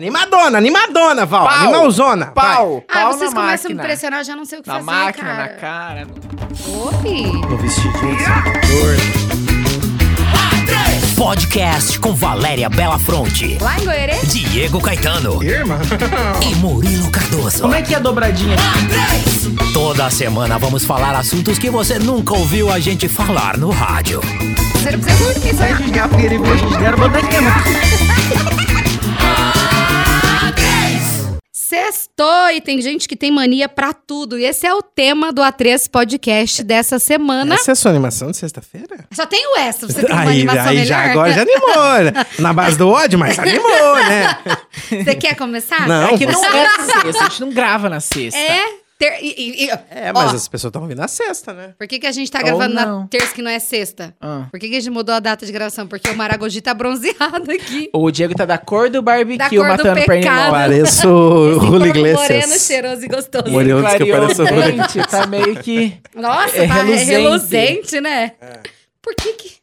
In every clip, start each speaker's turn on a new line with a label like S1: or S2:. S1: Animadona, animadona, Val.
S2: Pau.
S1: Animalzona. vai.
S2: Pau!
S3: Ah,
S2: pau
S3: vocês
S2: na
S3: começam a me
S2: máquina.
S3: pressionar, eu já não sei o que
S2: Na
S3: fazer,
S2: máquina,
S3: cara.
S2: na cara.
S3: Ô, fi.
S1: No vestidinho de setor.
S4: Podcast com Valéria Belafronte,
S3: Lá em Goerê?
S4: Diego Caetano
S1: Irmã.
S4: e Murilo Cardoso.
S2: Como é que é a dobradinha?
S4: Toda semana vamos falar assuntos que você nunca ouviu a gente falar no rádio.
S3: Você não precisa muito disso, não. Sextou e tem gente que tem mania pra tudo. E esse é o tema do A3 Podcast dessa semana.
S1: Essa é a sua animação de sexta-feira?
S3: Só tem o extra, você tem uma
S1: Aí,
S3: animação
S1: aí
S3: melhor.
S1: já agora já animou. né? Na base do ódio, mas animou, né?
S3: Você quer começar?
S1: Não.
S2: É que não é sexta, a gente não grava na sexta.
S3: É? ter- e- e- e-
S1: É, mas
S3: Ó.
S1: as pessoas estão ouvindo na sexta, né?
S3: Por que, que a gente tá
S2: Ou
S3: gravando na
S2: não.
S3: terça que não é sexta?
S2: Ah.
S3: Por que, que a gente mudou a data de gravação? Porque o Maragogi tá bronzeado aqui.
S2: O Diego tá da cor do barbecue
S3: Da cor do
S2: matando
S3: pecado.
S2: pernilongo.
S1: Pareço o
S3: Esse
S1: Julio
S3: corpo
S1: Iglesias.
S3: moreno, cheiroso e gostoso.
S1: Olha, antes que eu
S2: Clareou
S1: pareça o
S2: o
S1: Rodrigo.
S2: dente, tá meio que...
S3: Nossa,
S2: É
S3: tá reluzente,
S2: reluzente.
S3: né? Por que que...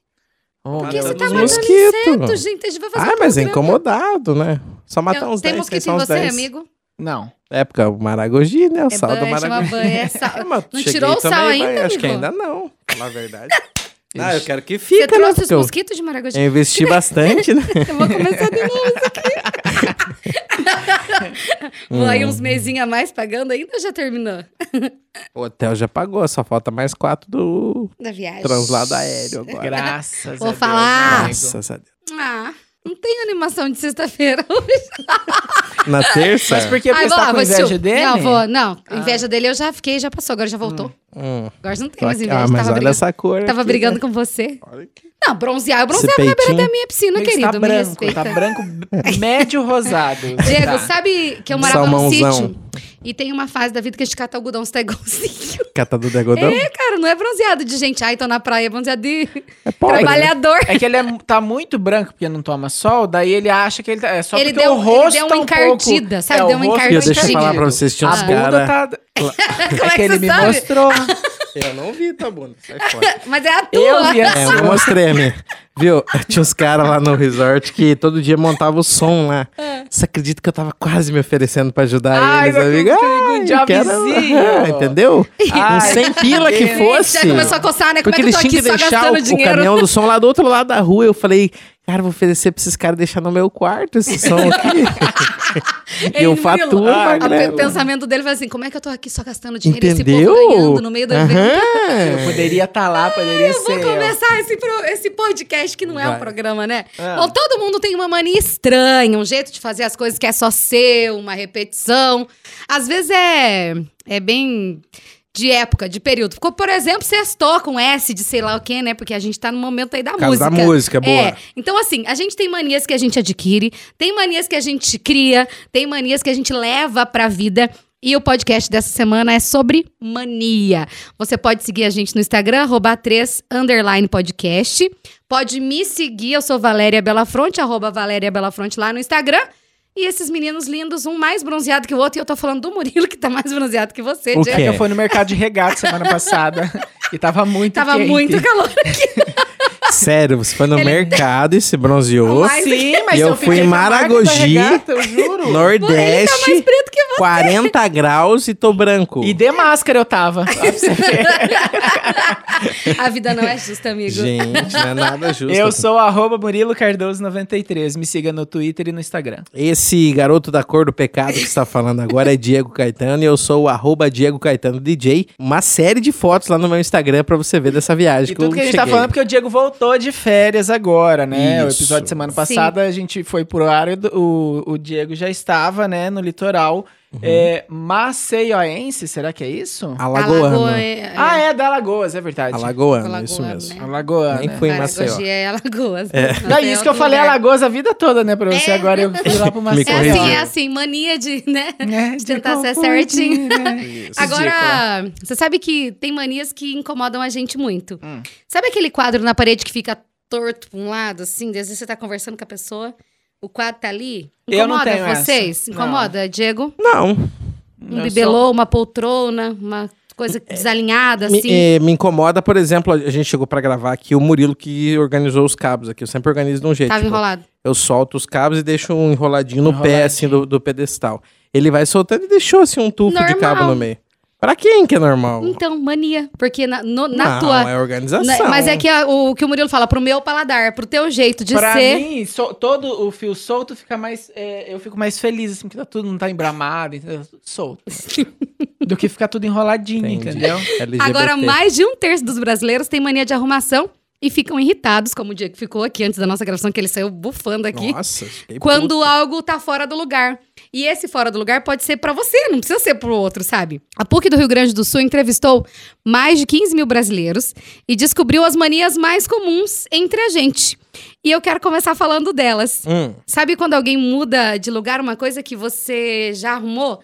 S3: Por que
S2: Olha,
S3: você tá
S2: os
S3: matando
S2: mosquitos.
S1: mosquito.
S3: inseto, gente? A gente vai fazer
S1: Ah,
S3: um
S1: mas é
S3: programa.
S1: incomodado, né? Só matar
S3: Eu-
S1: uns 10,
S3: Tem
S1: que
S3: mosquito em
S1: são uns
S3: você,
S1: 10.
S3: amigo?
S2: Não.
S1: É, porque é o Maragogi, né? O
S3: É
S1: sal do
S3: banho, chama
S1: Maragogi.
S3: banho, é sal.
S1: É, mas
S3: Não
S1: cheguei
S3: tirou o sal
S1: também,
S3: ainda,
S1: vai, Acho que
S3: amigo?
S1: ainda não, na verdade. ah, eu quero que
S3: Você
S1: fica, né?
S3: trouxe os
S1: Porque eu-
S3: mosquitos de Maragogi?
S1: eu investi bastante, né?
S3: Eu vou começar de novo isso aqui. vou aí
S1: Hum.
S3: uns mesinhos a mais pagando ainda ou já terminou?
S1: O hotel já pagou, só falta mais quatro do
S3: Da viagem.
S1: translado aéreo
S3: é
S1: agora.
S2: Graças
S3: Vou
S2: a Deus,
S3: falar.
S2: amigo.
S1: Graças a Deus.
S3: Ah, não tem animação de sexta-feira hoje.
S1: Na terça?
S2: Mas por que
S3: Ai,
S2: você
S3: é vou lá,
S2: tá com
S3: vou
S2: inveja
S3: assistir.
S2: dele?
S3: Não, vou. Não,
S1: Ah.
S3: inveja dele eu já fiquei, já passou, agora já voltou.
S1: Hum,
S3: Agora não tem
S1: só
S3: mais
S1: que-
S3: inveja.
S1: ah, mas
S3: tava
S1: olha
S3: brigando,
S1: essa cor.
S3: tava
S1: aqui,
S3: brigando
S1: né?
S3: com você.
S1: Olha aqui.
S3: Não, bronzear. Eu
S1: Esse
S3: bronzeava na beira
S1: peitinho.
S3: da minha piscina,
S2: Amigo, você
S3: querido.
S2: tá
S3: me
S2: branco,
S3: respeita.
S2: tá branco médio rosado.
S3: Diego,
S2: Tá.
S3: sabe que eu morava num
S1: Salmãozão.
S3: sítio? E tem uma fase da vida que a gente cata algodão, você tá igualzinho.
S1: Catador de algodão?
S3: É, cara, não é bronzeado de gente. Ai, tô na praia, bronzeado de
S1: É pobre, né?
S3: trabalhador.
S2: É que ele é- tá muito branco porque não toma sol, daí ele acha que ele tá. É só
S3: Ele
S2: porque
S3: deu-
S2: o
S3: ele
S2: rosto
S3: deu
S2: tá
S3: uma
S2: um pouco-
S3: encardida, sabe?
S2: é, o
S3: Deu uma
S2: rosto tá
S3: encardida.
S1: Deixa eu falar pra vocês, tinha
S3: Ah.
S1: uns
S2: A bunda
S1: caras...
S2: tá.
S3: Como é
S2: é
S3: que
S2: que
S3: você
S2: ele me
S3: sabe?
S2: mostrou.
S1: Eu não vi, tá bom. Sai fora.
S3: Mas é a
S2: Eu
S3: tua.
S2: vi
S1: É, eu não
S2: essa.
S1: mostrei, minha. Viu? Tinha uns caras lá no resort que todo dia montava o som lá.
S3: É.
S1: Você acredita que eu tava quase me oferecendo pra ajudar
S2: Ai,
S1: eles,
S2: meu
S1: amigo?
S2: querido
S3: um
S1: Ai,
S2: jobzinho.
S1: Ah, entendeu?
S2: Ai,
S1: Um 100 pila que
S2: Deus.
S1: fosse.
S3: Já começou a coçar, né? Como
S1: Porque
S3: é que eu
S1: eles
S3: tô
S1: tinham que
S3: aqui só
S1: deixar o,
S3: gastando
S1: o
S3: dinheiro?
S1: caminhão do som lá do outro lado da rua. Eu falei, cara, vou oferecer pra esses caras deixar no meu quarto esse som aqui.
S3: Ei,
S1: eu
S3: Murilo,
S1: faturo,
S3: a-
S1: ah,
S3: O pensamento dele foi assim: como é que eu tô aqui só gastando dinheiro e
S1: Entendeu?
S3: esse povo ganhando no meio do evento?
S2: Eu
S1: Aham.
S2: poderia estar lá, poderia
S3: Eu
S2: ser.
S3: vou
S2: eu.
S3: começar esse, pro- esse podcast que não é um
S1: É. Vai.
S3: programa, né?
S2: Ah.
S3: Bom, todo mundo tem uma mania estranha, um jeito de fazer as coisas que é só seu, uma repetição. Às vezes é, é bem de época, de período. Ficou, por exemplo, sextou com S de sei lá o quê, né? Porque a gente tá no momento aí da
S1: Caso
S3: música.
S1: da música, boa.
S3: É. Então, assim, a gente tem manias que a gente adquire, tem manias que a gente cria, tem manias que a gente leva pra vida. E o podcast dessa semana é sobre mania. Você pode seguir a gente no Instagram, arroba 3 underline podcast. Pode me seguir, eu sou Valéria Belafronte, arroba Valéria Belafronte lá no Instagram. E esses meninos lindos, um mais bronzeado que o outro, e eu tô falando do Murilo, que tá mais bronzeado que você,
S1: O
S3: Diego.
S1: quê?
S2: Eu fui no mercado de regate semana passada e tava muito
S3: Tava
S2: quente.
S3: muito calor.
S1: Sério, você foi no mercado e se bronzeou.
S3: Mas-
S2: Sim, mas
S1: E eu fui
S2: fiquei
S1: em
S2: com a marca da
S1: Maragogi.
S2: regata, eu juro.
S3: tá
S1: Nordeste, 40 graus e tô branco.
S2: E de máscara eu tava.
S3: a vida não é justa, amigo.
S1: Gente, não é nada justo.
S2: Eu sou arroba Murilo Cardoso93. Me siga no Twitter e no Instagram.
S1: Esse garoto da cor do pecado que está falando agora é Diego Caetano e eu sou o arroba Diego Caetano DJ. Uma série de fotos lá no meu Instagram pra você ver dessa viagem
S2: E
S1: que eu
S2: tudo que a gente
S1: cheguei.
S2: tá falando é porque o Diego voltou de férias agora, né? O
S1: Isso.
S2: episódio de semana passada a gente foi pro ar, e do- o, o Diego já estava, né, no litoral
S1: Uhum.
S2: é, maceioense, será que é isso?
S1: Alagoano.
S3: Alagoa-
S2: Ah, é da Alagoas, é verdade.
S1: Alagoano, isso
S3: Alagoano,
S1: mesmo.
S3: né?
S2: Alagoa,
S1: Nem
S2: né?
S1: fui em Maceió.
S3: Maragogi é Alagoas. Não
S2: Não,
S3: tem
S2: isso que eu
S3: outro
S2: falei
S3: lugar.
S2: Alagoas a vida toda, né, pra você.
S3: É.
S2: Agora eu fui lá pro
S1: Me
S3: É
S2: Maceió.
S1: corrigiu.
S3: assim, é assim, mania de, né?
S2: É,
S3: de tentar ser
S2: confundir,
S3: certinho.
S2: né?
S3: Agora, você sabe que tem manias que incomodam a gente muito.
S2: Hum.
S3: Sabe aquele quadro na parede que fica torto pra um lado, assim? Às vezes você tá conversando com a pessoa, o quadro tá ali.
S2: Eu não
S3: Incomoda
S2: tenho essa.
S3: vocês?
S2: Não.
S3: Incomoda, Diego?
S1: Não,
S3: Um
S2: Eu
S3: bibelô, uma poltrona, uma coisa desalinhada,
S1: É, Me,
S3: assim.
S1: eh, me incomoda, por exemplo, a gente chegou pra gravar aqui o Murilo que organizou os cabos aqui. Eu sempre organizo de um jeito.
S3: Tava
S1: tipo,
S3: enrolado.
S1: eu solto os cabos e deixo um enroladinho no pé,
S2: Enroladinho.
S1: assim, do, do pedestal. Ele vai soltando e deixou, assim, um tufo de cabo
S3: Normal.
S1: no meio. Pra quem que é normal?
S3: Então, mania. Porque na, no-
S1: Não,
S3: na tua.
S1: é organização.
S3: na- mas é que a- o que o Murilo fala, pro meu paladar, pro teu jeito de
S2: pra
S3: ser.
S2: mim, so- todo o fio solto fica mais. é, eu fico mais feliz, assim, porque tá tudo não tá embramado, entendeu? Tudo Solto. Do que ficar tudo enroladinho,
S1: Entendi.
S2: entendeu?
S1: LGBT.
S3: Agora, mais de um terço dos brasileiros tem mania de arrumação e ficam irritados, como o Diego ficou aqui antes da nossa gravação, que ele saiu bufando aqui.
S1: Nossa, fiquei
S3: quando
S1: puto.
S3: algo tá fora do lugar. E esse fora do lugar pode ser pra você, não precisa ser pro outro, sabe? A PUC do Rio Grande do Sul entrevistou mais de 15 mil brasileiros e descobriu as manias mais comuns entre a gente. E eu quero começar falando delas.
S1: Hum,
S3: Sabe quando alguém muda de lugar uma coisa que você já arrumou?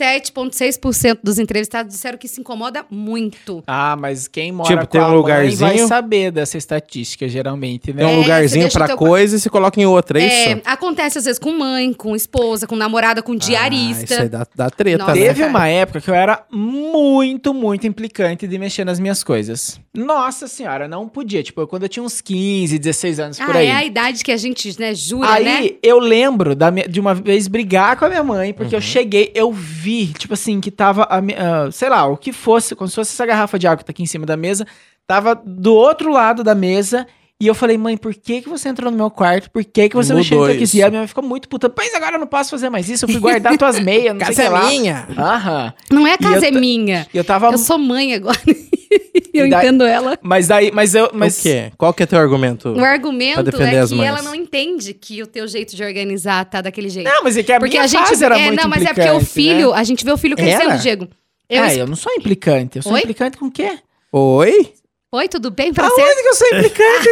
S3: 37,6% dos entrevistados disseram que se incomoda muito.
S2: Ah, mas quem mora
S1: Tipo,
S2: com
S1: tem
S2: a
S1: um
S2: mãe
S1: lugarzinho?
S2: vai saber dessa estatística, geralmente, né?
S1: tem um
S3: É, você
S1: lugarzinho
S3: deixa o
S1: pra
S3: teu-
S1: coisa e se coloca em outra, é isso?
S3: É, acontece às vezes com mãe, com esposa, com namorada, com
S1: Ah, isso
S2: é
S3: diarista.
S1: aí dá, dá treta,
S3: Nossa.
S1: né?
S2: Teve uma época que eu era muito, muito implicante de mexer nas minhas coisas. Nossa senhora, não podia. Tipo, eu- quando eu tinha uns 15, 16 anos por
S3: ah,
S2: aí.
S3: é a idade que a gente, né, jura,
S2: aí
S3: né?
S2: eu lembro da minha- de uma vez brigar com a minha mãe, porque
S1: Uhum.
S2: eu cheguei, eu vi, tipo assim, que tava, a mi- ah, sei lá, o que fosse, como se fosse essa garrafa de água que tá aqui em cima da mesa, tava do outro lado da mesa. E eu falei, mãe, por que, que você entrou no meu quarto? Por que, que você mexeu
S1: Mudou
S2: nisso aqui?
S1: isso.
S2: E a minha mãe ficou muito puta. Pois agora eu não posso fazer mais isso. Eu fui guardar tuas meias, não sei o que lá.
S1: minha!
S2: Aham.
S3: Não é a casa
S2: E eu
S3: é
S2: ta-
S3: minha.
S2: E eu tava.
S3: Eu sou mãe agora. eu
S2: E daí-
S3: entendo ela.
S2: Mas daí, mas eu. Mas,
S1: Mas... O quê? Qual que é teu argumento?
S3: O argumento
S1: defender
S3: é
S1: as
S3: que
S1: mães.
S3: ela não entende que o teu jeito de organizar tá daquele jeito.
S2: Não, mas é que a
S3: porque
S2: minha
S3: a gente
S2: fase era
S3: é,
S2: muito
S3: não, mas é porque o
S2: implicante,
S3: filho,
S2: Né?
S3: a gente vê o filho crescendo,
S2: Era?
S3: Diego. Eu
S2: Eu... Ah,
S3: es-
S2: eu não sou implicante. Eu sou
S3: Oi?
S2: implicante com o quê?
S1: Oi?
S3: Oi, tudo bem pra você?
S2: Aonde que eu sou implicante,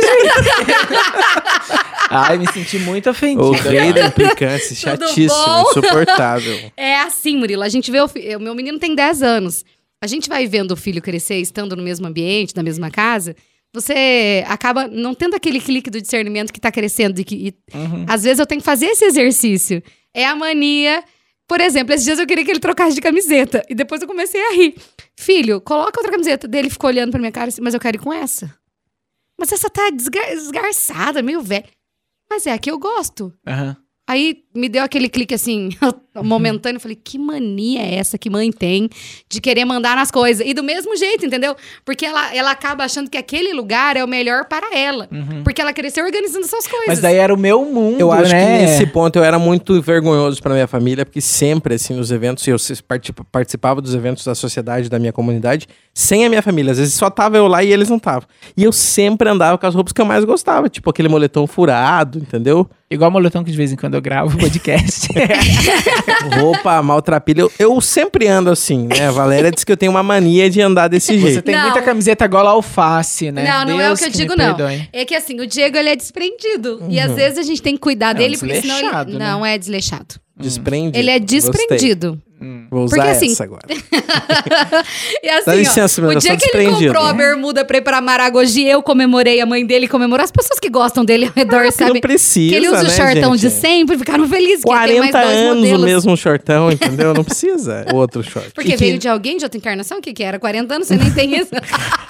S2: gente? Ai, me senti muito ofendido.
S1: O rei da implicância,
S3: Tudo
S1: chatíssimo,
S3: bom?
S1: insuportável.
S3: É assim, Murilo. A gente vê o, fi- o meu menino tem 10 anos. A gente vai vendo o filho crescer, estando no mesmo ambiente, na mesma casa. Você acaba não tendo aquele clique do discernimento que tá crescendo e que e
S2: Uhum.
S3: Às vezes eu tenho que fazer esse exercício. É a mania. Por exemplo, esses dias eu queria que ele trocasse de camiseta. E depois eu comecei a rir. Filho, coloca outra camiseta. Dele ficou olhando pra minha cara assim, mas eu quero ir com essa. Mas essa tá desga- desgarçada, meio velha. Mas é a que eu gosto.
S2: Aham.
S3: Aí me deu aquele clique assim, momentâneo. Eu falei, que mania é essa que mãe tem de querer mandar nas coisas? E do mesmo jeito, entendeu? Porque ela, ela acaba achando que aquele lugar é o melhor para ela.
S2: Uhum.
S3: Porque ela cresceu organizando suas coisas.
S2: Mas é daí era o meu mundo,
S1: Eu acho
S2: né?
S1: que nesse ponto eu era muito vergonhoso pra minha família, porque sempre, assim, nos eventos, eu se- parti- participava dos eventos da sociedade, da minha comunidade, sem a minha família. Às vezes só tava eu lá e eles não estavam. E eu sempre andava com as roupas que eu mais gostava, tipo aquele moletom furado, entendeu?
S2: Igual o moletom que de vez em quando eu gravo o podcast.
S1: Roupa maltrapilha. Eu, eu sempre ando assim, né? A Valéria disse que eu tenho uma mania de andar desse
S2: Você
S1: jeito.
S2: tem
S3: Não.
S2: muita camiseta gola alface, né?
S3: Não, não é o que eu digo, não.
S2: Perdoe. Uhum.
S3: É que assim, o Diego ele é desprendido. E às vezes a gente tem que cuidar dele, porque senão ele.
S2: É um desleixado, né?
S3: Não é desleixado.
S1: Desprendido.
S3: Ele é
S1: Gostei.
S3: desprendido.
S1: Vou usar
S3: Porque assim-
S1: essa agora.
S3: E assim,
S1: Dá licença,
S3: ó,
S1: meu,
S3: o
S1: eu
S3: dia
S1: sou
S3: que ele
S1: desprendido.
S3: comprou a bermuda pra ir pra Maragogi, eu comemorei, a mãe dele comemorou. As pessoas que gostam dele ao redor
S1: não
S3: sabem
S1: precisa,
S3: que ele usa
S1: né,
S3: o shortão
S1: gente?
S3: de sempre, ficaram felizes que ele tem
S1: 40
S3: mais dois
S1: anos
S3: modelos.
S1: o mesmo shortão, entendeu? Não precisa outro short.
S3: Porque
S2: E que-
S3: veio de alguém de outra encarnação? O que que era? 40 anos, você nem tem isso?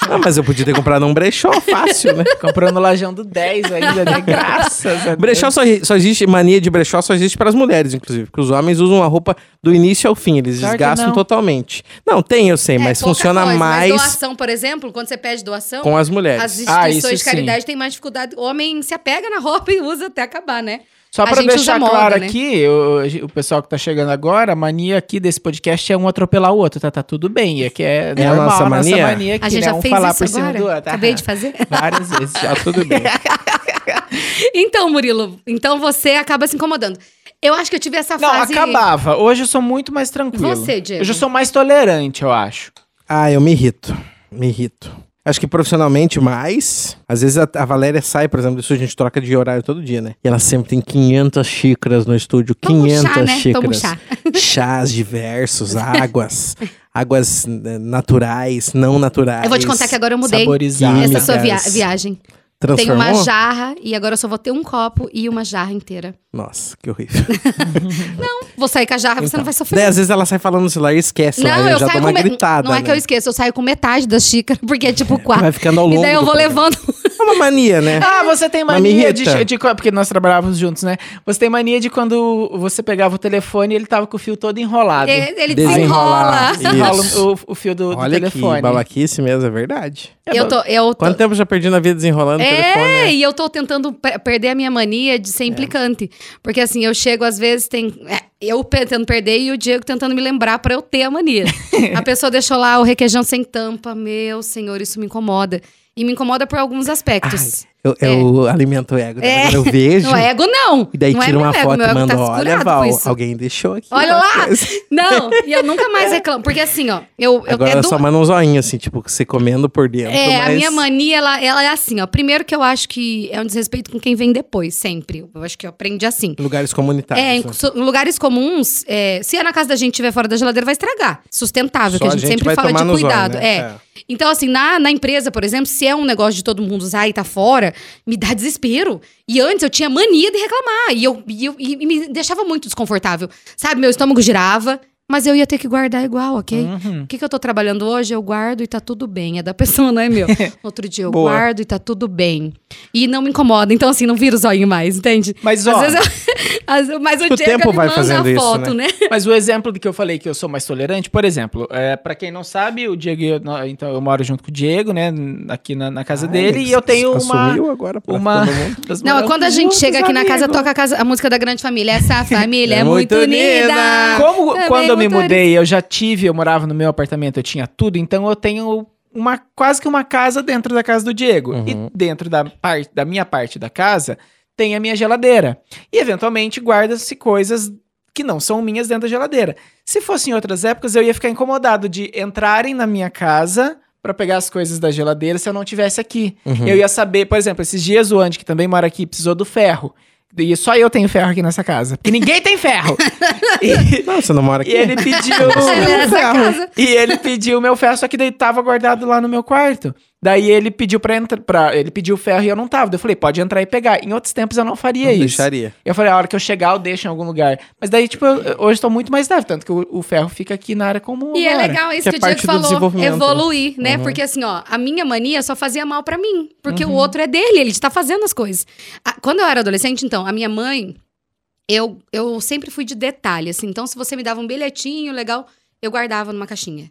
S1: Ah, mas eu podia ter comprado um brechó fácil, né?
S2: Comprou no um lajão do 10 ainda, né? Graças a Deus.
S1: Brechó só, só existe, mania de brechó só existe para as mulheres, inclusive. Porque os homens usam a roupa do início ao fim, eles
S2: Claro que
S1: desgastam
S2: não.
S1: totalmente. Não, tem, eu sei,
S3: É,
S1: mas
S3: pouca
S1: funciona
S3: coisa,
S1: mais
S3: Mas doação, por exemplo, quando você pede doação,
S1: com as mulheres.
S3: As
S2: Ah,
S3: instituições
S2: isso
S3: de caridade
S2: sim.
S3: têm mais dificuldade. O homem se apega na roupa e usa até acabar, né?
S2: Só
S3: A
S2: pra
S3: gente usa
S2: deixar
S3: moda,
S2: claro
S3: né?
S2: aqui, eu- o pessoal que tá chegando agora, a mania aqui desse podcast é um atropelar o outro, tá? Tá tudo bem. É que é,
S1: É a
S2: normal
S1: nossa mania?
S2: aqui,
S3: A gente
S2: né?
S3: já
S2: um
S3: fez
S2: falar
S3: isso
S2: por cima
S3: agora.
S2: do outro.
S3: Acabei
S2: Aham.
S3: de fazer.
S2: Várias vezes já.
S1: Tá tudo bem.
S3: Então, Murilo, então você acaba se incomodando. Eu acho que eu tive essa
S2: Não,
S3: fase.
S2: acabava. Hoje eu sou muito mais tranquilo.
S3: Você, Diego?
S2: Hoje eu sou mais tolerante, eu acho.
S1: Ah, eu me irrito. Me irrito. Acho que profissionalmente mais. Às vezes a, a Valéria sai, por exemplo, isso a gente troca de horário todo dia, né? E ela sempre tem 500 xícaras no estúdio.
S3: Toma um
S1: 500
S3: chá, né? Toma
S1: xícaras.
S3: um chá.
S1: Chás diversos, águas. águas né, naturais, não naturais.
S3: Eu vou te contar que agora eu mudei
S2: Saborizar.
S1: Química.
S3: essa sua via-
S1: Amigas.
S3: viagem. Tem
S1: Transformou?
S3: uma jarra e agora eu só vou ter um copo e uma jarra inteira.
S1: Nossa, que horrível.
S3: Vou sair com a jarra, você
S1: Então.
S3: não vai sofrer.
S1: Daí, às vezes ela sai falando no celular e esquece. lá,
S3: Não, eu
S1: já dou
S3: saio
S1: uma
S3: com me-
S1: gritada.
S3: Não é que eu
S1: né?
S3: esqueço, eu saio com metade da xícara, porque é tipo
S1: Vai
S3: quatro.
S1: ficando ao longo.
S3: E daí eu
S1: do
S3: vou
S1: programa.
S3: levando.
S1: É uma mania, né?
S2: Ah, você tem
S1: Mas me
S2: mania de,
S1: irrita.
S2: de. co- Porque nós trabalhávamos juntos, né? Você tem mania de quando você pegava o telefone e ele tava com o fio todo enrolado.
S3: Ele ele
S1: Desenrolar.
S3: desenrola.
S2: Enrola
S1: Isso.
S2: o, o fio do, do
S1: Olha que
S2: telefone.
S1: babaquice mesmo, é verdade.
S3: Eu tô. Eu tô...
S1: Quanto tempo eu já perdi na vida desenrolando o telefone?
S3: É,
S1: né? É.
S3: e eu tô tentando per- perder a minha mania de ser implicante. Porque assim, eu chego, às vezes, tem. é, Eu pe- tentando perder e o Diego tentando me lembrar pra eu ter a mania. a pessoa deixou lá o requeijão sem tampa. Meu senhor, isso me incomoda. E me incomoda por alguns aspectos.
S1: Eu, eu alimento o ego. né? Agora eu vejo.
S3: Não é ego, não.
S1: E daí
S3: não é
S1: tira uma
S3: meu ego,
S1: foto
S3: meu
S1: e
S3: ego
S1: manda,
S3: tá
S1: olha,
S3: segurado
S1: Val,
S3: com isso.
S1: alguém deixou aqui. uma
S3: Olha lá!
S1: coisa."
S3: Não, e eu nunca mais reclamo. Porque assim, ó, eu, eu
S1: Agora ela
S3: edu-
S1: só manda um zoinho, assim, tipo, você comendo por dentro.
S3: É, a
S1: mas-
S3: minha mania, ela, ela é assim, ó. Primeiro que eu acho que é um desrespeito com quem vem depois, sempre. Eu acho que eu aprendi assim.
S1: Em Lugares
S3: É, em
S1: comunitários. né?
S3: so- em lugares comuns, é, se é na casa da gente tiver fora da geladeira, vai estragar. Sustentável,
S1: Só
S3: que a gente, sempre
S1: vai
S3: fala
S1: tomar
S3: de
S1: no zóio,
S3: cuidado.
S1: né?
S3: é. Então, assim, na, na empresa, por exemplo, se é um negócio de todo mundo usar e tá fora, me dá desespero. E antes eu tinha mania de reclamar. E, eu, e, eu- e- e me deixava muito desconfortável. Sabe, meu estômago girava, mas eu ia ter que guardar igual, ok?
S1: Uhum.
S3: O que, que eu tô trabalhando hoje? Eu guardo e tá tudo bem. É da pessoa, não é meu? Outro dia eu
S1: Boa.
S3: guardo e tá tudo bem. E não me incomoda. Então, assim, não vira o zóio mais, entende?
S2: Mas, ó,
S3: Às vezes eu- às- mas o
S1: que o
S3: Diego
S1: tempo
S3: ele
S1: vai
S3: manda
S1: fazendo
S3: a
S1: isso,
S3: foto, né?
S2: Mas o exemplo de que eu falei que eu sou mais tolerante, por exemplo, é, para quem não sabe, o Diego, e eu, nó- então eu moro junto com o Diego, né, aqui na, na casa
S1: Ah,
S2: dele,
S1: ele
S2: e eu tenho uma
S1: assumiu agora pra
S2: uma
S1: todo mundo.
S2: nós
S3: Não, é
S2: moramos
S3: quando a gente
S2: juntos,
S3: chega aqui na casa,
S2: amigo.
S3: toca a, casa- a música da grande família. Essa família
S1: É
S3: é muito
S1: muito
S3: unida.
S1: unida.
S2: Como
S3: Também
S2: quando eu me
S3: muito unida.
S2: mudei, eu já tive, eu morava no meu apartamento, eu tinha tudo, então eu tenho uma quase que uma casa dentro da casa do Diego.
S1: Uhum.
S2: E dentro da parte da minha parte da casa tem a minha geladeira. E eventualmente guarda-se coisas que não são minhas dentro da geladeira. Se fosse em outras épocas, eu ia ficar incomodado de entrarem na minha casa pra pegar as coisas da geladeira se eu não tivesse aqui.
S1: Uhum.
S2: Eu ia saber, por exemplo, esses dias o Andy, que também mora aqui, precisou do ferro. E só eu tenho ferro aqui nessa casa. Porque ninguém tem ferro. e,
S1: Não, você não mora aqui.
S2: e ele pediu.
S3: Ele é dessa casa.
S2: E ele pediu o meu ferro, só que daí tava guardado lá no meu quarto. Daí ele pediu pra entrar. Pra, ele pediu o ferro e eu não tava. Daí Eu falei, pode entrar e pegar. Em outros tempos eu não faria
S1: não
S2: é isso.
S1: deixaria.
S2: Eu falei, a hora que eu chegar, eu deixo em algum lugar. Mas daí, tipo, eu- hoje eu tô muito mais leve, tanto que o, o ferro fica aqui na área comum.
S3: E é
S2: agora.
S3: legal isso
S1: Que é
S3: que, o
S1: parte do
S3: Diego falou,
S1: desenvolvimento,
S3: evoluir, né?
S1: Uhum.
S3: Porque assim, ó, a minha mania só fazia mal pra mim, porque o outro é dele, ele tá fazendo as coisas. A- quando eu era adolescente, então, a minha mãe, eu, eu sempre fui de detalhe, assim. Então, se você me dava um bilhetinho legal, eu guardava numa caixinha.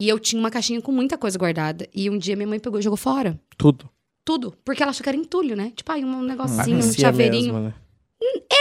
S3: E eu tinha uma caixinha com muita coisa guardada. E um dia minha mãe pegou e jogou fora.
S1: Tudo.
S3: Tudo. Porque ela achou que era entulho, né? Tipo, aí um negocinho, um
S1: Parecia
S3: chaveirinho.
S1: mesmo, né?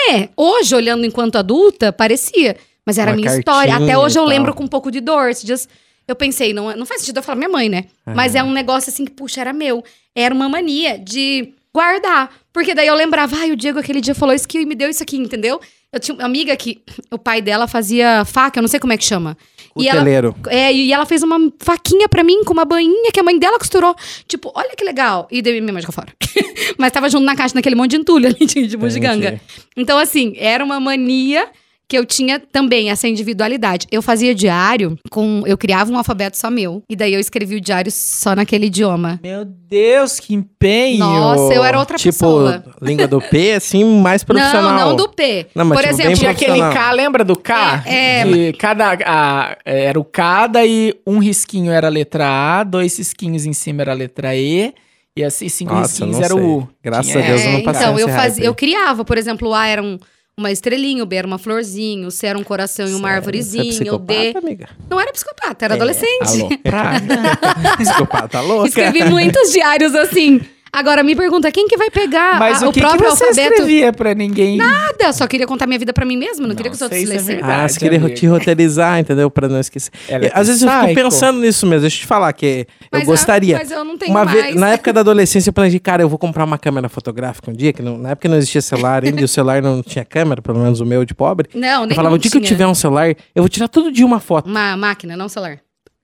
S3: É, hoje, olhando enquanto adulta, parecia. Mas era a
S1: Uma
S3: minha história.
S1: cartinha
S3: Até hoje eu
S1: e tal.
S3: lembro com um pouco de dor. Esses dias eu pensei, não, não faz sentido eu falar minha mãe, né? Mas é um negócio assim que, puxa, era meu. Era uma mania de guardar. Porque daí eu lembrava, ai, o Diego aquele dia falou isso que me deu isso aqui, entendeu? Eu tinha uma amiga que o pai dela fazia faca, eu não sei como é que chama. E ela,
S1: Cuteleiro.
S3: é, e ela fez uma faquinha pra mim com uma bainha que a mãe dela costurou. Tipo, olha que legal. E dei minha mãe jogou fora. Mas tava junto na caixa, naquele monte de entulho ali de, de bugiganga. Então, assim, era uma mania que eu tinha também, essa individualidade. Eu fazia diário com... Eu criava um alfabeto só meu. E daí eu escrevi o diário só naquele idioma.
S2: Meu Deus, que empenho!
S3: Nossa, eu era outra
S1: tipo,
S3: pessoa.
S1: língua do P, assim, mais profissional.
S3: Não, não do P.
S1: Não, mas
S3: Por
S1: tipo, bem
S3: exemplo,
S2: Tinha aquele
S1: profissional.
S2: K, lembra do K?
S3: É, é.
S2: Que cada, a- era o K, daí um risquinho era a letra A, dois risquinhos em cima era a letra E, e assim, cinco
S1: Nossa,
S2: risquinhos
S1: não
S2: era o U.
S1: sei. Graças
S2: Tinha-
S1: a Deus eu não
S3: É,
S1: passei
S3: Então,
S1: nesse
S3: eu,
S1: hype
S3: fazia,
S1: aí.
S3: eu criava, por exemplo, o A era um- uma estrelinha, o B era uma florzinha, o C era um coração e uma
S1: Você é
S3: árvorezinha, o D...
S1: psicopata, amiga?
S3: Não era psicopata, era
S2: É,
S3: adolescente.
S1: Alô.
S2: Pra-
S1: Psicopata louca.
S3: Escrevi muitos diários assim. Agora me pergunta, quem que vai pegar
S2: Mas
S3: a-
S2: o que, que
S3: Ah, próprio
S2: você
S3: alfabeto?
S2: escrevia pra ninguém?
S3: Nada, só queria contar minha vida pra mim mesma, não, queria que os
S2: Não
S3: outros
S2: sei se é
S3: lessem.
S2: verdade.
S1: Ah, você queria
S2: amiga.
S1: te roteirizar, entendeu? Pra não esquecer.
S2: Ela é
S1: Às vezes eu fico
S2: psycho.
S1: pensando nisso mesmo. Deixa eu te falar que eu
S3: Mas
S1: gostaria.
S3: mas eu não tenho
S1: Uma
S3: mais.
S1: vez, na época da adolescência, eu planejei, cara, eu vou comprar uma câmera fotográfica um dia, que não- na época não existia celular ainda, e o celular não tinha câmera, pelo menos o meu de pobre.
S3: Não, nem
S1: Eu falava, o dia que eu
S3: tinha.
S1: tiver um celular, eu vou tirar todo dia uma foto.
S3: Uma máquina, não um celular.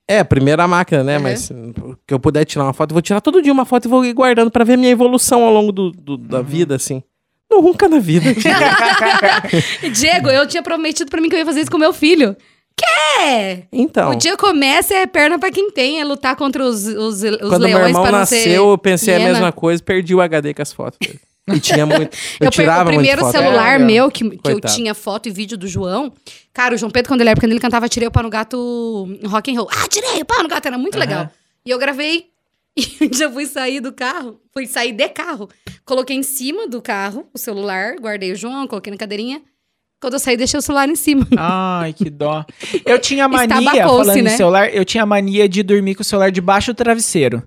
S1: É, primeiro a máquina, né?
S3: Uhum.
S1: Mas hum, que eu puder tirar uma foto, eu vou tirar todo dia uma foto e vou ir guardando pra ver minha evolução ao longo do, do- da
S3: Uhum.
S1: vida, assim. Nunca na vida.
S3: Diego, eu tinha prometido pra mim que eu ia fazer isso com meu filho. É!
S1: Então,
S3: O dia começa é perna pra quem tem, é lutar contra os, os, os
S1: quando
S3: leões
S1: meu irmão
S3: pra não
S1: nasceu,
S3: ser
S1: eu pensei
S3: hiena.
S1: a mesma coisa, perdi o HD com as fotos dele. E tinha muito. Eu,
S3: Eu, perdi o
S1: tirava muito
S3: primeiro
S1: foto.
S3: celular
S2: É,
S3: meu que, que eu
S1: Coitado.
S3: tinha foto e vídeo do João. Cara, o João Pedro, quando ele era pequeno, ele cantava Tirei o pau no gato rock and roll. Ah, tirei o pau no gato, era muito legal. E eu gravei. E um dia eu fui sair do carro, fui sair de carro. Coloquei em cima do carro o celular, guardei o João, coloquei na cadeirinha. Quando eu saí, deixei o celular em cima.
S2: Ai, que dó. Eu tinha mania,
S3: Estabacou-se,
S2: falando em
S3: né?
S2: celular, eu tinha mania de dormir com o celular debaixo do travesseiro.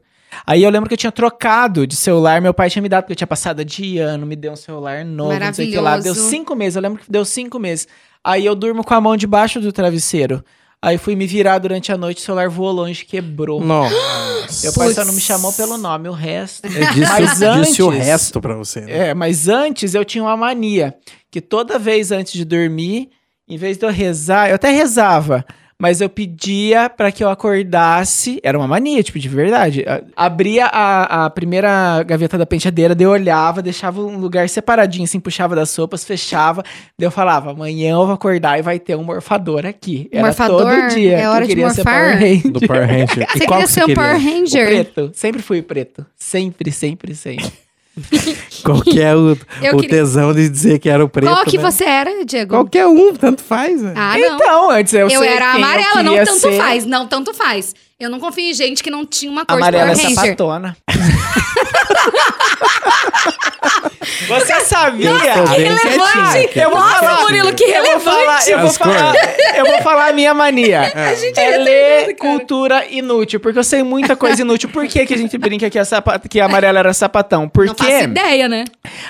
S2: Aí eu lembro que eu tinha trocado de celular, meu pai tinha me dado, porque eu tinha passado de ano, me deu um celular novo, não sei o que lá. Deu
S3: Maravilhoso.
S2: cinco meses, eu lembro que deu cinco meses. Aí eu durmo com a mão debaixo do travesseiro. Aí fui me virar durante a noite, o celular voou longe,
S1: É.
S2: quebrou.
S1: Nossa.
S2: Meu pai só não me chamou pelo nome, o resto.
S1: Eu disse,
S2: Mas
S1: eu É disse o
S2: antes-
S1: resto pra você. né?
S2: É, mas antes eu tinha uma mania que toda vez antes de dormir, em vez de eu rezar, eu até rezava, mas eu pedia pra que eu acordasse. Era uma mania, tipo, de verdade. A- Abria a, a primeira gaveta da penteadeira, daí eu olhava, deixava um lugar separadinho, assim, puxava das sopas, fechava. Daí eu falava, amanhã eu vou acordar e vai ter um morfador aqui. Era
S3: Morfador?
S2: todo dia.
S3: É
S2: que eu
S3: hora de
S2: queria ser
S3: morfar?
S2: Power Ranger.
S1: Do Power Ranger. E
S3: Você
S1: qual
S3: queria
S1: que você
S3: ser um Power
S2: O
S3: Ranger?
S2: preto. Sempre fui preto. Sempre, sempre, sempre.
S1: Qual que é o,
S3: Eu
S1: o
S3: queria-
S1: tesão de dizer que era o preto,
S3: Qual que
S1: né?
S3: você era, Diego?
S1: Qualquer um, tanto faz, né?
S3: Ah, não.
S2: Então, antes eu
S3: Eu
S2: sei
S3: era
S2: quem eu
S3: amarela, não
S2: queria
S3: tanto
S2: ser.
S3: faz, não tanto faz. Eu não confio em gente que não tinha uma cor
S2: Amarela é
S3: de Power Ranger.
S2: sapatona. Você sabia?
S1: Eu tô bem
S3: relevante!
S1: quietinho, quietinho.
S2: Eu vou falar,
S3: Murilo, que
S2: Eu vou falar,
S3: relevante!
S2: eu vou
S1: As cores.
S2: falar, eu vou falar a minha mania.
S3: gente
S2: é
S3: é
S2: ler
S3: retardado, cara.
S2: cultura inútil, porque eu sei muita coisa inútil. Por que, que a gente brinca que a, sapa- que a amarela era sapatão?
S3: Não faço
S2: Porque
S3: ideia, né?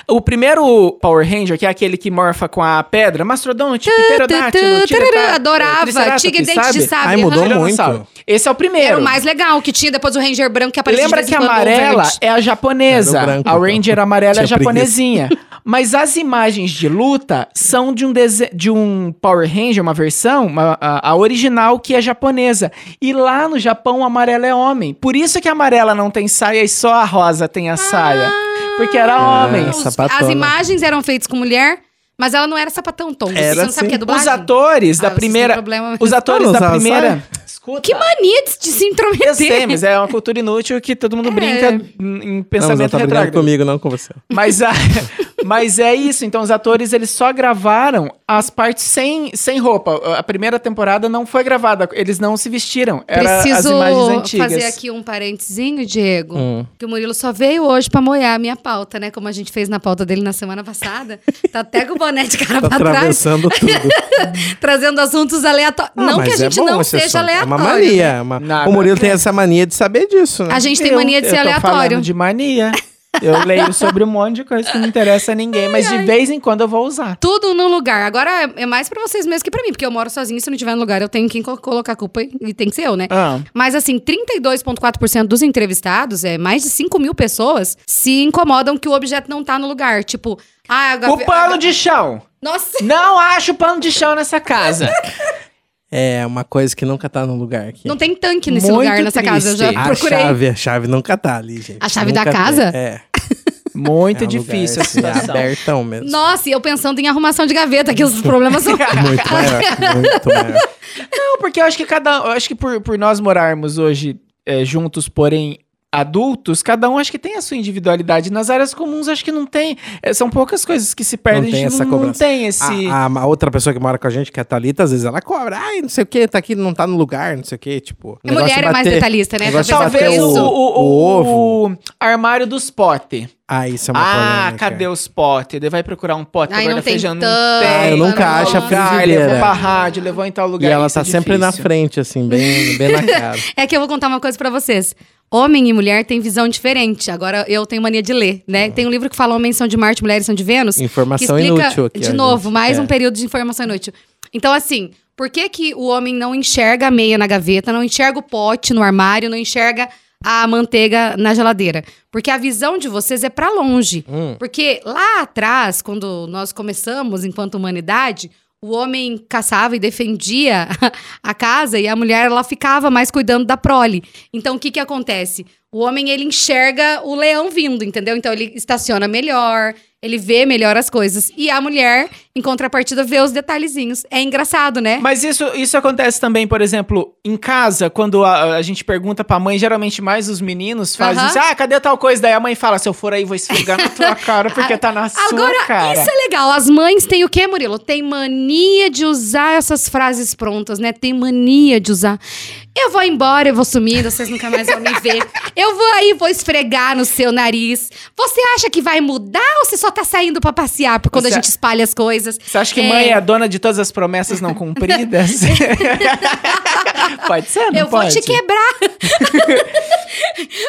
S2: o primeiro Power Ranger, que é aquele que morfa com a pedra, mastrodonte, pterodátilo,
S3: Tu, tu, tu, tu,
S2: tirata-
S3: Adorava,
S2: triceratops,
S3: tigre e dente
S2: sabe?
S3: de sábio.
S1: Ai, mudou
S3: aham.
S1: muito.
S2: Tiranossauro. Esse é o primeiro.
S3: Era o mais legal, que tinha depois o Ranger branco que aparecia
S2: Lembra
S3: de
S2: que
S3: vez
S2: a
S3: em quando, um
S2: amarela
S3: verde.
S2: é a japonesa.
S1: Era o branco,
S2: a Ranger
S1: então.
S2: amarela é a
S1: Tinha preguiça.
S2: japonesinha. Mas as imagens de luta são de um, dese- de um Power Ranger, uma versão, uma- a, a original, que é japonesa. E lá no Japão, o amarelo é homem. Por isso que a amarela não tem saia e só a rosa tem a saia. Porque era
S1: Ah,
S2: é homem.
S1: essa
S3: Os- As
S1: sapatona.
S3: imagens eram feitas com mulher, mas ela não era sapatão, Tom. Você
S1: Era
S3: não sabe o que é
S1: sim.
S3: dublagem?
S2: Os atores
S3: Ah,
S2: da
S3: vocês têm
S2: primeira...
S3: problema.
S2: Os atores
S1: Ah, não
S2: da
S1: usava
S2: primeira...
S1: saia?
S2: Escuta.
S3: Que mania de, de se intrometer.
S2: Eu sei, mas é uma cultura inútil que todo
S3: É.
S2: mundo brinca em em
S1: Não, mas não
S2: pensamento
S1: tá brigando
S2: retrógrado.
S1: comigo, não com você.
S2: Mas, a- mas é isso. Então, os atores, eles só gravaram as partes sem, sem roupa. A primeira temporada não foi gravada. Eles não se vestiram. Era as
S3: Preciso
S2: imagens antigas.
S3: fazer aqui um parentezinho, Diego.
S1: Hum.
S3: Que o Murilo só veio hoje pra moiar a minha pauta, né? Como a gente fez na pauta dele na semana passada. Tá até com o boné de cara
S1: Tá
S3: pra trás,
S1: atravessando tudo.
S3: trazendo assuntos aleatórios.
S1: Ah,
S3: não que
S1: mas
S3: a
S1: é
S3: gente
S1: bom
S3: não
S1: esse
S3: seja
S1: assunto. É
S3: aleatório. né?
S1: uma mania. é uma-
S2: Nada.
S1: O Murilo tem essa mania de saber disso, né?
S3: A gente tem mania de
S2: Eu-
S3: ser
S2: eu tô
S3: aleatório.
S2: falando de mania. Eu leio sobre um monte de coisa que não interessa a ninguém, mas de vez em quando eu vou usar.
S3: Tudo num lugar. Agora é- é mais pra vocês mesmo que pra mim, porque eu moro sozinha. Se não tiver no lugar, eu tenho que co- colocar a culpa e- e tem que ser eu, né?
S2: Ah,
S3: Mas assim, 32,4% dos entrevistados, é mais de 5 mil pessoas, se incomodam que o objeto não tá no lugar. Tipo, ah, a gave-
S2: o pano de chão.
S3: Nossa!
S2: Não acho pano de chão nessa casa.
S1: É uma coisa que nunca tá no lugar aqui.
S3: Não tem tanque nesse
S2: Muito
S3: lugar, nessa casa. Eu já
S2: triste.
S1: a
S3: procurei.
S1: chave, a chave nunca tá ali, gente.
S3: A chave
S1: Nunca
S3: da
S1: tem.
S3: casa?
S1: É.
S2: Muito
S1: É um
S2: difícil
S1: lugar,
S2: a
S1: assim,
S2: situação.
S1: abertão mesmo. É
S3: Nossa, e eu pensando em arrumação de gaveta, que os problemas são.
S1: Muito maior, muito maior.
S2: Não, porque eu acho que cada. um, Eu acho que por, por nós morarmos hoje é, juntos, porém adultos, cada um acho que tem a sua individualidade. Nas áreas comuns, acho que não tem. É, são poucas coisas que se perdem.
S1: Não tem
S2: a gente
S1: essa
S2: não, não
S1: cobrança. Ah,
S2: tem esse.
S1: A, a- a outra pessoa que mora com a gente, que é a Thalita, às vezes ela cobra. Ai, não sei o que, tá aqui, não tá no lugar, não sei o que. Tipo, o
S3: A mulher
S1: negócio de
S3: é mais
S1: bater-
S3: detalhista, né?
S1: negócio de
S3: Talvez
S2: Talvez
S1: bater
S2: o,
S3: isso.
S2: o-
S1: o
S2: o- o armário dos potes.
S1: Ah, isso é uma
S2: Ah,
S1: polêmica.
S2: cadê os potes? Ele vai procurar um pote
S3: Ai,
S2: agora
S3: não tem
S2: feijão.
S3: tampa,
S1: Ah, eu nunca
S2: não
S1: acho a
S2: tem lugar,
S1: frigideira.
S2: Levou pra rádio, levou em tal
S1: E
S2: lugar.
S1: ela
S2: isso
S1: tá
S2: é
S1: sempre na
S2: difícil.
S1: frente, assim, bem, bem na cara.
S3: É que eu vou contar uma coisa pra vocês. Homem e mulher têm visão diferente. Agora eu tenho mania de ler,
S1: Ah.
S3: né? Tem um livro que fala Homens são de Marte, Mulheres são de Vênus.
S1: Informação
S3: que explica,
S1: inútil aqui.
S3: De
S1: ó,
S3: novo,
S1: gente.
S3: mais
S1: É.
S3: um período de informação inútil. Então, assim, por que, que o homem não enxerga a meia na gaveta, não enxerga o pote no armário, não enxerga a manteiga na geladeira? Porque a visão de vocês é pra longe.
S1: Hum.
S3: Porque lá atrás, quando nós começamos enquanto humanidade, o homem caçava e defendia a casa e a mulher ela ficava mais cuidando da prole. Então o que que acontece? O homem, ele enxerga o leão vindo, entendeu? Então ele estaciona melhor, ele vê melhor as coisas. E a mulher, em contrapartida, vê os detalhezinhos. É engraçado, né?
S2: Mas isso, isso acontece também, por exemplo, em casa, quando a, a gente pergunta pra mãe, geralmente mais os meninos fazem
S3: Aham.
S2: isso, ah, cadê tal coisa? Daí a mãe fala, se eu for aí, vou esfregar na tua cara, porque tá na
S3: Agora,
S2: sua cara.
S3: isso é legal. As mães têm o quê, Murilo? Tem mania de usar essas frases prontas, né? Tem mania de usar. Eu vou embora, eu vou sumir, vocês nunca mais vão me ver. Eu vou aí, vou esfregar no seu nariz. Você acha que vai mudar ou você só tá saindo pra passear por quando
S2: Você-
S3: a gente espalha as coisas?
S2: Você acha que mãe é a dona de todas as promessas não cumpridas? pode ser, não
S3: Eu
S2: pode?
S3: vou te quebrar.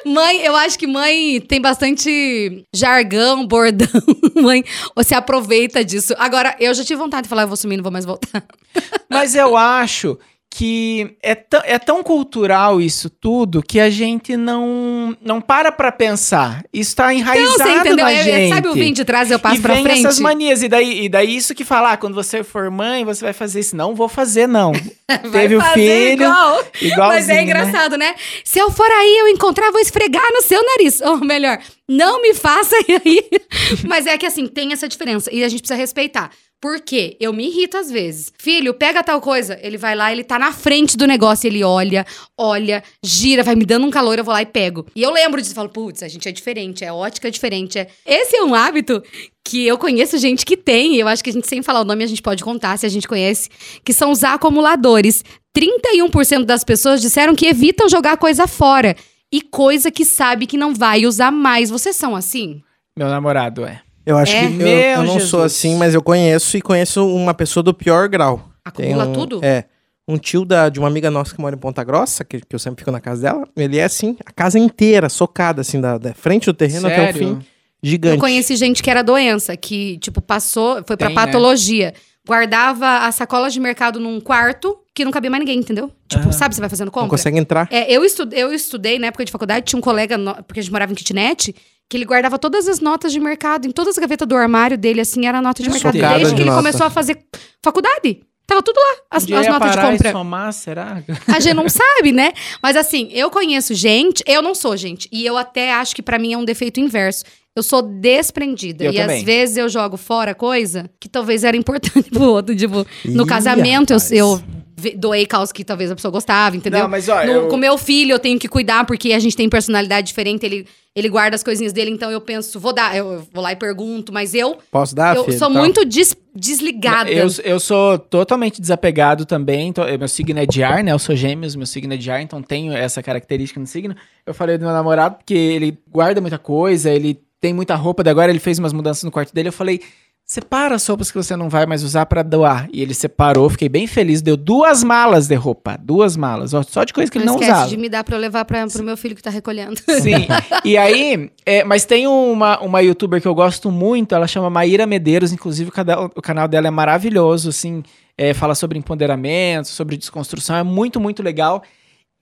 S3: mãe, eu acho que mãe tem bastante jargão, bordão. mãe, você aproveita disso. Agora, eu já tive vontade de falar, eu vou sumir, não vou mais voltar.
S2: Mas eu acho que é, tã- é tão cultural isso tudo que a gente não, não para pra pensar. Isso tá
S3: Não,
S2: enraizado
S3: você entendeu?
S2: na
S3: É- é-
S2: gente.
S3: sabe o vim de trás, eu
S2: e
S3: passo pra
S2: vem
S3: frente?
S2: essas manias. E daí, e daí isso que falar, quando você for mãe, você vai fazer isso. Não vou fazer, não.
S3: Vai
S2: Teve o
S3: fazer
S2: filho,
S3: igual.
S2: igualzinho,
S3: Mas é
S2: Né?
S3: engraçado, né? Se eu for aí, eu encontrar, vou esfregar no seu nariz. Ou melhor, não me faça ir aí. Mas é que assim, tem essa diferença. E a gente precisa respeitar. Por quê? Eu me irrito às vezes. Filho, pega tal coisa. Ele vai lá, ele tá na frente do negócio, ele olha, olha, gira, vai me dando um calor, eu vou lá e pego. E eu lembro disso, eu falo, putz, a gente é diferente, é ótica diferente. É... Esse é um hábito que eu conheço gente que tem, e eu acho que a gente, sem falar o nome, a gente pode contar se a gente conhece, que são os acumuladores. 31% das pessoas disseram que evitam jogar coisa fora. E coisa que sabe que não vai usar mais. Vocês são assim?
S2: Meu namorado, é.
S1: Eu acho
S3: É?
S1: que eu,
S2: Meu
S1: eu não
S2: Jesus.
S1: sou assim, mas eu conheço e conheço uma pessoa do pior grau. Tem
S3: Acumula
S1: um-
S3: tudo?
S1: É. Um tio da, de uma amiga nossa que mora em Ponta Grossa, que, que eu sempre fico na casa dela, ele é assim, a casa inteira, socada, assim, da, da frente do terreno até o
S2: Sério?
S1: fim. Gigante.
S3: Eu conheci gente que era doença, que, tipo, passou, foi pra
S2: Tem, né?
S3: patologia. Guardava as sacolas de mercado num quarto que não cabia mais ninguém, entendeu? Tipo,
S2: Ah.
S3: sabe, você vai fazendo
S1: Não
S3: compra?
S1: consegue entrar.
S3: É, eu, estu- eu estudei na época de faculdade, tinha um colega, no- porque a gente morava em kitnet, que ele guardava todas as notas de mercado, em todas as gavetas do armário dele, assim, era nota de mercado.
S1: Socada
S3: Desde
S1: de
S3: que ele
S1: nota.
S3: começou a fazer faculdade. Tava tudo lá, as,
S2: Um dia
S3: as
S2: ia
S3: notas de
S2: parar e
S3: compra.
S2: somar, será?
S3: A gente não sabe, né? Mas assim, eu conheço gente, eu não sou gente, e eu até acho que pra mim é um defeito inverso. Eu sou desprendida.
S2: Eu
S3: e
S2: também.
S3: às vezes eu jogo fora coisa que talvez era importante pro outro. Tipo, no
S1: Ih,
S3: casamento eu,
S1: rapaz.
S3: eu ve- doei calça que talvez a pessoa gostava, entendeu?
S2: Não, mas ó,
S3: No-
S2: Ah, eu-
S3: Com meu filho eu tenho que cuidar, porque a gente tem personalidade diferente, ele, ele guarda as coisinhas dele, então eu penso, vou dar, eu, eu vou lá e pergunto, mas eu,
S1: Posso dar,
S3: eu
S1: filho?
S3: sou
S1: Tá.
S3: muito des- desligada.
S2: Ah, Eu, eu sou totalmente desapegado também. então, eu- meu signo é de ar, né? Eu sou gêmeos, meu signo é de ar, então tenho essa característica no signo. Eu falei do meu namorado porque ele guarda muita coisa, ele tem muita roupa. Daí agora ele fez umas mudanças no quarto dele. Eu falei, separa as roupas que você não vai mais usar pra doar. E ele separou, fiquei bem feliz. Deu duas malas de roupa, duas malas, ó, só de coisa que ele
S3: não
S2: não,
S3: esquece
S2: usava. Hum.
S3: de me dar pra eu levar pra, pro meu filho que tá recolhendo.
S2: Sim. E aí, é, mas tem uma, uma youtuber que eu gosto muito, ela chama Maíra Medeiros, inclusive o, cada- o canal dela é maravilhoso, assim, é, fala sobre empoderamento, sobre desconstrução, é muito, muito legal.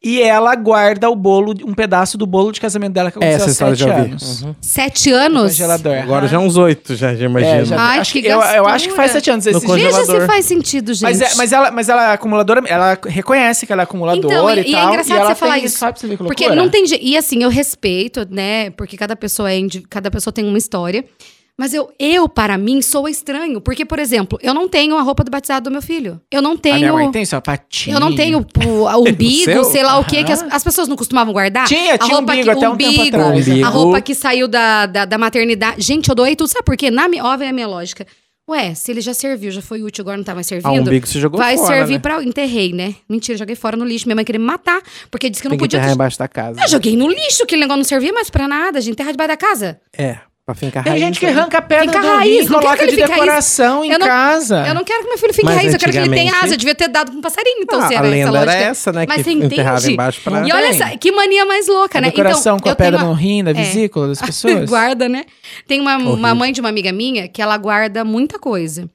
S2: E ela guarda o bolo, um pedaço do bolo de casamento dela que aconteceu
S1: Essa
S2: há
S1: história eu
S2: sete
S1: já vi.
S2: anos.
S1: Uhum.
S3: Sete anos?
S2: Congelador.
S1: Agora já é uns oito, já, já imagino.
S2: É, já-
S3: Ai,
S2: acho
S3: que
S2: que eu, eu acho que faz
S3: gastura.
S2: sete anos.
S1: No
S2: Esses dias- assim,
S3: Veja se
S1: Congelador.
S3: faz sentido, gente.
S2: Mas, é- mas ela, mas ela é acumuladora, ela reconhece que ela é acumuladora
S3: Então, e-
S2: e,
S3: e é
S2: tal.
S3: engraçado
S2: ela
S3: você falar
S2: tem
S3: isso.
S2: Sabe, pra você ver que
S3: Porque
S2: loucura?
S3: não tem jeito. E assim, eu respeito, né? Porque cada pessoa é indi- cada pessoa tem uma história. Mas eu, eu, para mim, sou estranho. Porque, por exemplo, eu não tenho a roupa do batizado do meu filho. Eu não
S2: A minha mãe
S3: tenho.
S2: tem sapatinho.
S3: Eu não tenho o, a umbigo,
S1: seu?
S3: sei lá o quê, que as,
S2: Ah.
S3: as pessoas não costumavam guardar.
S2: Tinha,
S3: A
S2: tinha
S3: roupa
S2: umbigo
S3: que-
S2: até um tempo
S3: umbigo,
S2: atrás.
S1: Umbigo.
S3: A roupa que saiu da, da, da maternidade. Gente, eu doei tudo. Sabe por quê? Na minha, ó, vem a minha lógica. Ué, se ele já serviu, já foi útil, agora não tá mais
S1: Ah, um
S3: servindo.
S1: umbigo se jogou
S3: Vai
S1: fora,
S3: servir
S1: né?
S3: pra. Enterrei, né? Mentira, joguei fora no lixo. Minha mãe queria me matar, porque disse que eu não
S1: Tem que
S3: podia.
S1: enterrar embaixo da casa.
S3: Eu joguei no lixo, aquele negócio não servia mais pra nada, gente. Terra debaixo da casa.
S1: É, pra fincar
S2: Tem
S1: raiz.
S2: gente que arranca a pedra
S3: Fica
S2: do
S3: raiz,
S2: rio e
S3: não quero que
S2: É, coloca
S3: ele
S2: de
S3: fique raiz.
S2: decoração em
S3: Eu não-
S2: casa.
S3: Eu não quero que meu filho fique
S1: Mas
S3: raiz, eu quero que ele tenha
S1: antigamente-
S3: asa. Eu devia ter dado pra um passarinho, então,
S1: Ah,
S3: será
S1: a lenda
S3: essa
S1: era
S3: lógica?
S1: essa, né?
S3: Mas
S1: que
S3: você entende?
S1: enterrava embaixo pra...
S3: E olha essa, que mania mais louca,
S2: A
S3: né?
S2: decoração com a
S3: eu tenho
S2: pedra
S3: uma-
S2: no rim, da
S3: É.
S2: vesícula das pessoas.
S3: guarda, né? Tem uma, uma
S1: Horrível.
S3: mãe de uma amiga minha que ela guarda muita coisa.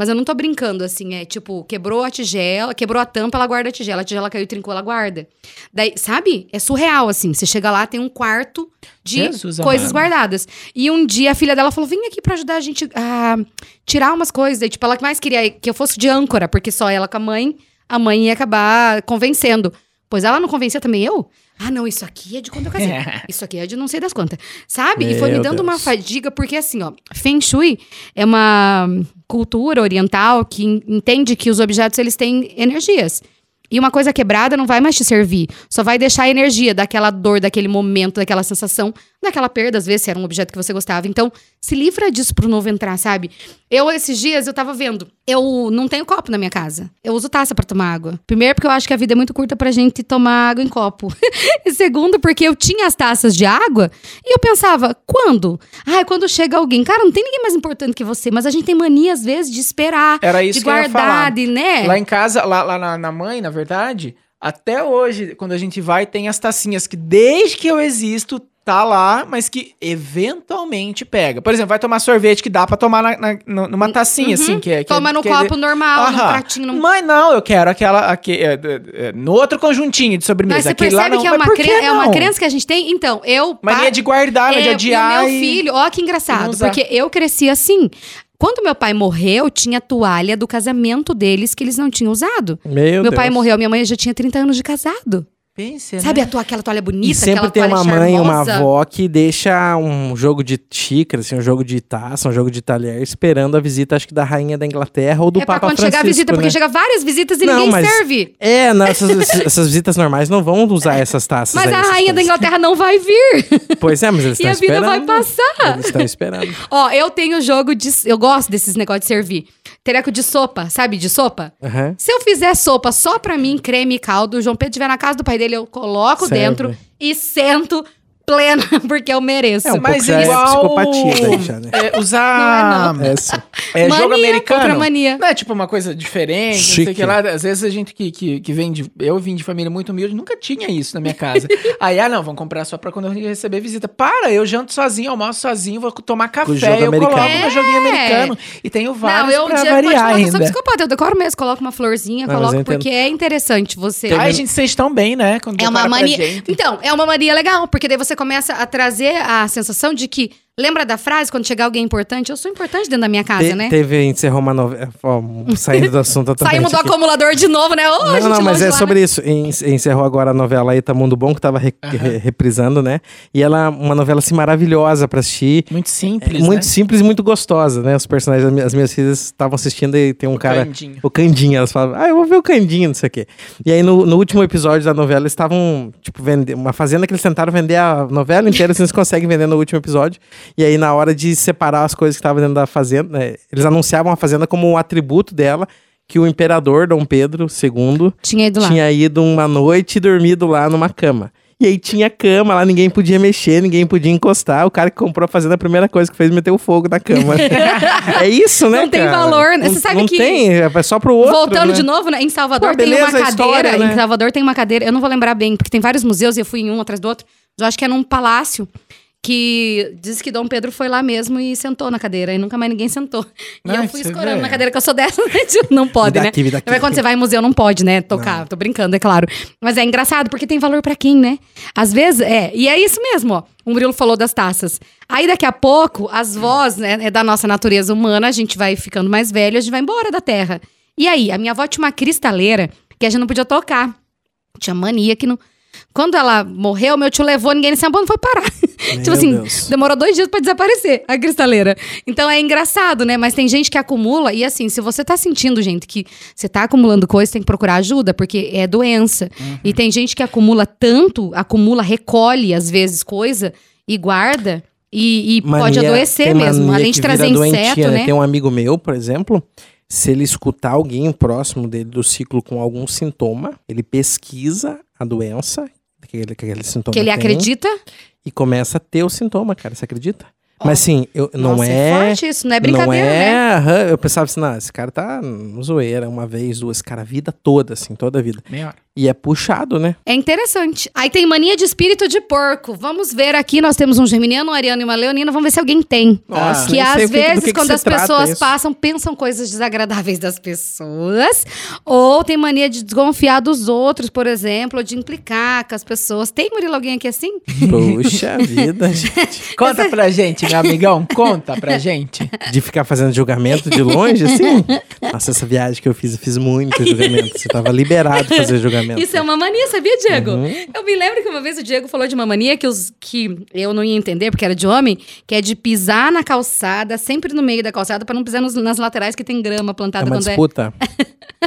S3: Mas eu não tô brincando, assim, é tipo, quebrou a tigela, quebrou a tampa, ela guarda a tigela. A tigela caiu e trincou, ela guarda. Daí, sabe? É surreal, assim. Você chega lá, tem um quarto de
S2: Jesus
S3: coisas
S2: amado.
S3: guardadas. E um dia a filha dela falou: vem aqui pra ajudar a gente a tirar umas coisas. Daí, tipo, ela que mais queria que eu fosse de âncora, porque só ela com a mãe, a mãe ia acabar convencendo. Pois ela não convencia também eu? Ah, não, isso aqui é de quando eu casei. Isso aqui é de não sei das quantas. Sabe? e foi me
S1: Meu
S3: dando uma
S1: Deus.
S3: fadiga, porque assim, ó, Feng Shui é uma cultura oriental que en- entende que os objetos eles têm energias. E uma coisa quebrada não vai mais te servir. Só vai deixar a energia daquela dor, daquele momento, daquela sensação, daquela perda, às vezes, se era um objeto que você gostava. Então, se livra disso pro novo entrar, sabe? Eu, esses dias, eu tava vendo. Eu não tenho copo na minha casa. Eu uso taça pra tomar água. Primeiro, porque eu acho que a vida é muito curta pra gente tomar água em copo. e segundo, porque eu tinha as taças de água e eu pensava, quando? Ai, quando chega alguém. Cara, não tem ninguém mais importante que você, mas a gente tem mania, às vezes, de esperar,
S2: Era É isso
S3: de
S2: que eu ia falar.
S3: guardar, de, né?
S2: Lá em casa, lá, lá na, na mãe, na verdade, até hoje, quando a gente vai, tem as tacinhas que desde que eu existo tá lá, mas que eventualmente pega. Por exemplo, vai tomar sorvete que dá pra tomar na- na- no- numa tacinha, assim, que é... que é-
S3: Uhum. Toma no
S2: que é-
S3: copo normal, no
S2: Aham.
S3: pratinho, num
S2: Mas não, eu quero aquela. aque- é, é, é, no outro conjuntinho de sobremesa.
S3: Mas você
S2: Aquele
S3: percebe
S2: lá não,
S3: que é
S2: mas
S3: uma,
S2: por que
S3: cren- é uma
S2: não?
S3: crença que a gente tem? Então, eu.
S2: Mania de
S1: Ah,
S2: guardar, né, de
S3: é,
S2: adiar.
S3: E o meu
S2: e-
S3: filho, ó, que engraçado,
S2: usar.
S3: porque eu cresci assim. Quando meu pai morreu, tinha a toalha do casamento deles que eles não tinham usado.
S1: Meu,
S3: Meu,
S1: Deus. É.
S3: pai morreu, minha mãe já tinha 30 anos de casado.
S2: Pensa,
S3: Sabe a toa, aquela toalha bonita,
S1: E sempre
S3: aquela
S1: tem
S3: toalha
S1: uma mãe, uma
S3: charmosa?
S1: avó que deixa um jogo de xícara, assim, um jogo de taça, um jogo de talher, esperando a visita, acho que da rainha da Inglaterra ou do
S3: É pra
S1: Papa
S3: quando
S1: Francisco.
S3: chegar a visita, porque
S1: né?
S3: chega várias visitas e
S1: Não,
S3: ninguém
S1: mas-
S3: serve.
S1: É, não, essas, essas- essas visitas normais não vão usar essas taças.
S3: Mas
S1: aí,
S3: a
S1: essas
S3: rainha da
S1: coisas.
S3: Inglaterra não vai vir.
S1: Pois é, mas eles
S3: E
S1: estão
S3: a vida
S1: esperando.
S3: vai passar.
S1: Eles estão esperando.
S3: Ó, eu tenho jogo de. Eu gosto desses negócios de servir. Tereco de sopa, sabe de sopa?
S1: Aham.
S3: Se eu fizer sopa só pra mim, creme e caldo, o João Pedro estiver na casa do pai dele, eu coloco
S1: Serve.
S3: dentro e sento plena, porque eu mereço.
S1: É um pouco
S2: Mas
S1: já é
S2: igual-
S1: psicopatia daí já, né?
S2: É, usar
S1: É, sim.
S2: é, jogo
S3: Mania
S2: americano.
S3: contra mania.
S2: Não é tipo uma coisa diferente, não sei o
S1: Chique.
S2: que lá. Às vezes a gente que, que, que vem de. Eu vim de família muito humilde, nunca tinha isso na minha casa. Aí, ah, não, vamos comprar só pra quando eu receber visita. Para, eu janto sozinho, almoço sozinho, vou tomar café,
S1: jogo
S2: eu coloco
S1: americano.
S2: meu joguinho americano. E tenho vários
S3: É. eu,
S2: pra
S3: Diego,
S2: variar
S3: pode falar, eu sou
S2: ainda.
S3: psicopata, eu decoro mesmo, coloco uma florzinha,
S1: Não, mas eu
S3: coloco
S1: entendo. um-
S3: porque é interessante você.
S2: Ai, a gente, vocês estão bem, né? Quando
S3: É uma
S2: prepara pra
S3: mania.
S2: gente.
S3: Então, é uma mania legal, porque daí você começa a trazer a sensação de que. Lembra da frase quando chegar alguém importante? Eu sou importante dentro da minha casa,
S1: Te-
S3: né?
S1: Teve, encerrou uma novela. ó, um, Saindo do assunto totalmente.
S3: Saímos do
S1: aqui.
S3: acumulador de novo, né? Ô,
S1: Não,
S3: gente,
S1: não, mas
S3: longe
S1: é
S3: lá, né?
S1: sobre isso. En- Encerrou agora a novela Eita Mundo Bom, que tava re- re- reprisando, né? E ela, uma novela assim maravilhosa pra assistir. É
S2: Muito simples.
S1: muito
S2: né?
S1: simples e muito gostosa, né? Os personagens, as mi- as minhas filhas estavam assistindo e tem um cara.
S2: Candinho.
S1: O Candinho, elas falavam, ah, eu vou ver o Candinho, não sei o quê. E aí, no, no último episódio da novela, eles estavam, tipo, vende- uma fazenda que eles tentaram vender a novela inteira, assim, eles não conseguem vender no último episódio. E aí, na hora de separar as coisas que estavam dentro da fazenda, né, eles anunciavam a fazenda como um atributo dela, que o imperador Dom Pedro II
S3: Tinha ido lá.
S1: tinha ido uma noite e dormido lá numa cama. E aí tinha cama lá, ninguém podia mexer, ninguém podia encostar. O cara que comprou a fazenda, a primeira coisa que fez meteu fogo na cama. é isso, né,
S3: Não tem
S1: cara?
S3: valor, né?
S1: Não-
S3: Você sabe
S1: não
S3: que-
S1: tem, é só pro outro,
S3: Voltando
S1: né?
S3: de novo, né? Em Salvador
S1: Pô,
S3: tem
S1: beleza,
S3: uma
S1: a
S3: cadeira.
S1: história, né?
S3: Em Salvador tem uma cadeira. Eu não vou lembrar bem, porque tem vários museus e eu fui em um atrás do outro. Mas eu acho que é num palácio que diz que Dom Pedro foi lá mesmo e sentou na cadeira. E nunca mais ninguém sentou. E
S2: Ai,
S3: eu fui
S2: você
S3: escorando
S2: vê.
S3: na cadeira, que eu sou dessa, né? Tipo, Não pode,
S1: Me dá
S3: né?
S1: aqui, me dá aqui.
S3: Mas quando você vai em museu, não pode, né? Tocar. Tô brincando, é claro. Mas é engraçado, porque tem valor pra quem, né? Às vezes, é. E é isso mesmo, ó. O Murilo falou das taças. Aí daqui a pouco, as vós, né? É da nossa natureza humana, a gente vai ficando mais velho, a gente vai embora da terra. E aí, a minha avó tinha uma cristaleira que a gente não podia tocar. Tinha mania que não. Quando ela morreu, meu tio levou, ninguém nesse não foi parar. tipo assim,
S1: Deus.
S3: demorou dois dias pra desaparecer a cristaleira. Então é engraçado, né? Mas tem gente que acumula, e assim, se você tá sentindo, gente, que você tá acumulando coisa, tem que procurar ajuda, porque é doença.
S1: Uhum.
S3: E tem gente que acumula tanto, acumula, recolhe, às vezes, coisa e guarda. E, e pode
S1: Mania-
S3: adoecer
S1: tem
S3: mesmo.
S1: mania
S3: Além
S1: que
S3: de trazer
S1: vira doentia,
S3: inseto, né?
S1: Tem um amigo meu, por exemplo, se ele escutar alguém próximo dele do ciclo com algum sintoma, ele pesquisa a doença que ele, que aquele sintoma
S3: Que ele
S1: tem, né?
S3: acredita.
S1: e começa a ter o sintoma, cara. Você acredita? Mas assim, eu, não
S3: Nossa,
S1: é.
S3: forte isso, não é brincadeira,
S1: não é,
S3: né?
S1: aham. eu pensava assim, não, esse cara tá hum, zoeira, uma vez, duas, cara, a vida toda, assim, toda a vida.
S2: Meia hora.
S1: E é puxado, né?
S3: É interessante. Aí tem mania de espírito de porco. Vamos ver aqui, nós temos um geminiano, um ariano e uma leonina, vamos ver se alguém tem. Ah,
S2: Nossa,
S3: que
S1: nem sei
S3: às
S1: o que- do
S3: vezes,
S1: que que
S3: quando
S1: se
S3: as
S1: trata
S3: pessoas
S1: isso.
S3: passam, pensam coisas desagradáveis das pessoas. Ou tem mania de desconfiar dos outros, por exemplo, ou de implicar com as pessoas. Tem, Murilo, alguém aqui assim?
S1: Puxa vida, gente.
S2: Conta pra gente, Meu amigão, conta pra gente.
S1: De ficar fazendo julgamento de longe, assim? Nossa, essa viagem que eu fiz, eu fiz muito julgamento. Você tava liberado pra fazer julgamento.
S3: Isso é uma mania, sabia, Diego?
S1: Uhum.
S3: Eu me lembro que uma vez o Diego falou de uma mania que, os, que eu não ia entender, porque era de homem, que é de pisar na calçada, sempre no meio da calçada, pra não pisar nos- nas laterais que tem grama
S1: É
S3: plantada
S1: uma
S3: quando
S1: disputa.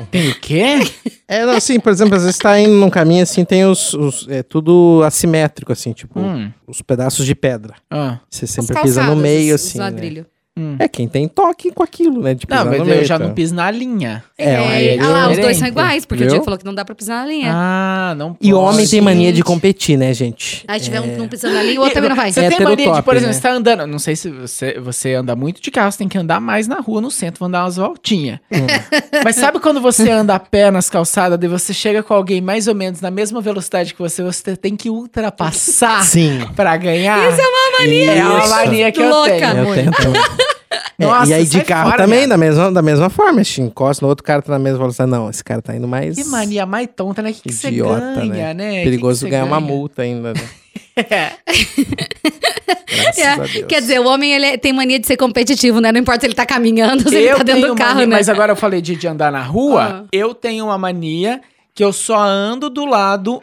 S2: Tem o quê?
S1: É, não, assim, por exemplo, às vezes tá indo num caminho assim, tem os. os- é tudo assimétrico, assim, tipo,
S2: Hum.
S1: os pedaços de pedra.
S2: Ah.
S1: Você
S3: é. As
S1: sempre pisa no
S3: calçadas,
S1: meio,
S3: os- os
S1: assim. né?
S3: ladrilho.
S2: hum.
S1: É quem tem toque com aquilo, né? De pisar
S2: Não, mas
S1: no
S2: eu
S1: meio,
S2: já
S1: tá?
S2: não piso na linha.
S1: É, aí
S3: ah lá,
S2: um
S3: os dois são
S2: diferente,
S3: iguais, porque o
S1: viu?
S3: Diego falou que não dá pra pisar na linha.
S2: Ah, não
S1: E
S2: pode.
S1: homem tem
S3: Gente.
S1: mania de competir, né, gente?
S3: Aí tiver um, um pisando ali, o outro também não vai.
S2: Ah, é.
S3: É,
S2: Você tem mania de, por
S1: Heterotop,
S2: exemplo,
S1: né?
S2: você tá andando. Não sei se você, você anda muito de carro, você tem que andar mais na rua, no centro, vou andar umas voltinhas.
S1: Hum.
S2: Mas sabe quando você anda a pé nas calçadas e você chega com alguém mais ou menos na mesma velocidade que você, você tem que ultrapassar
S1: Sim.
S2: pra ganhar? Isso Ah, é uma
S1: mania.
S2: É uma
S1: Isso.
S2: mania que eu
S3: Louca.
S2: tenho.
S1: Eu
S3: Muito.
S1: tento. É,
S2: Nossa,
S1: e aí de
S2: sai
S1: carro
S2: fora,
S1: também,
S2: viado.
S1: da mesma, da mesma forma. Se encosta no outro cara, tá na mesma velocidade. Não, esse cara tá indo mais.
S2: Que mania mais tonta, né? Que, que você
S1: Idiota,
S2: ganha, né?
S1: né?
S2: Que
S1: Perigoso
S2: que você
S1: ganhar uma
S2: ganha? É.
S1: multa ainda, né? Graças
S3: É,
S1: a Deus.
S3: Quer dizer, o homem ele é- tem mania de ser competitivo, né? Não importa se ele tá caminhando, se ele
S2: eu
S3: tá dentro
S2: tenho
S3: do carro,
S2: mania,
S3: né?
S2: mas agora eu falei de, de andar na rua,
S3: Ah.
S2: eu tenho uma mania que eu só ando do lado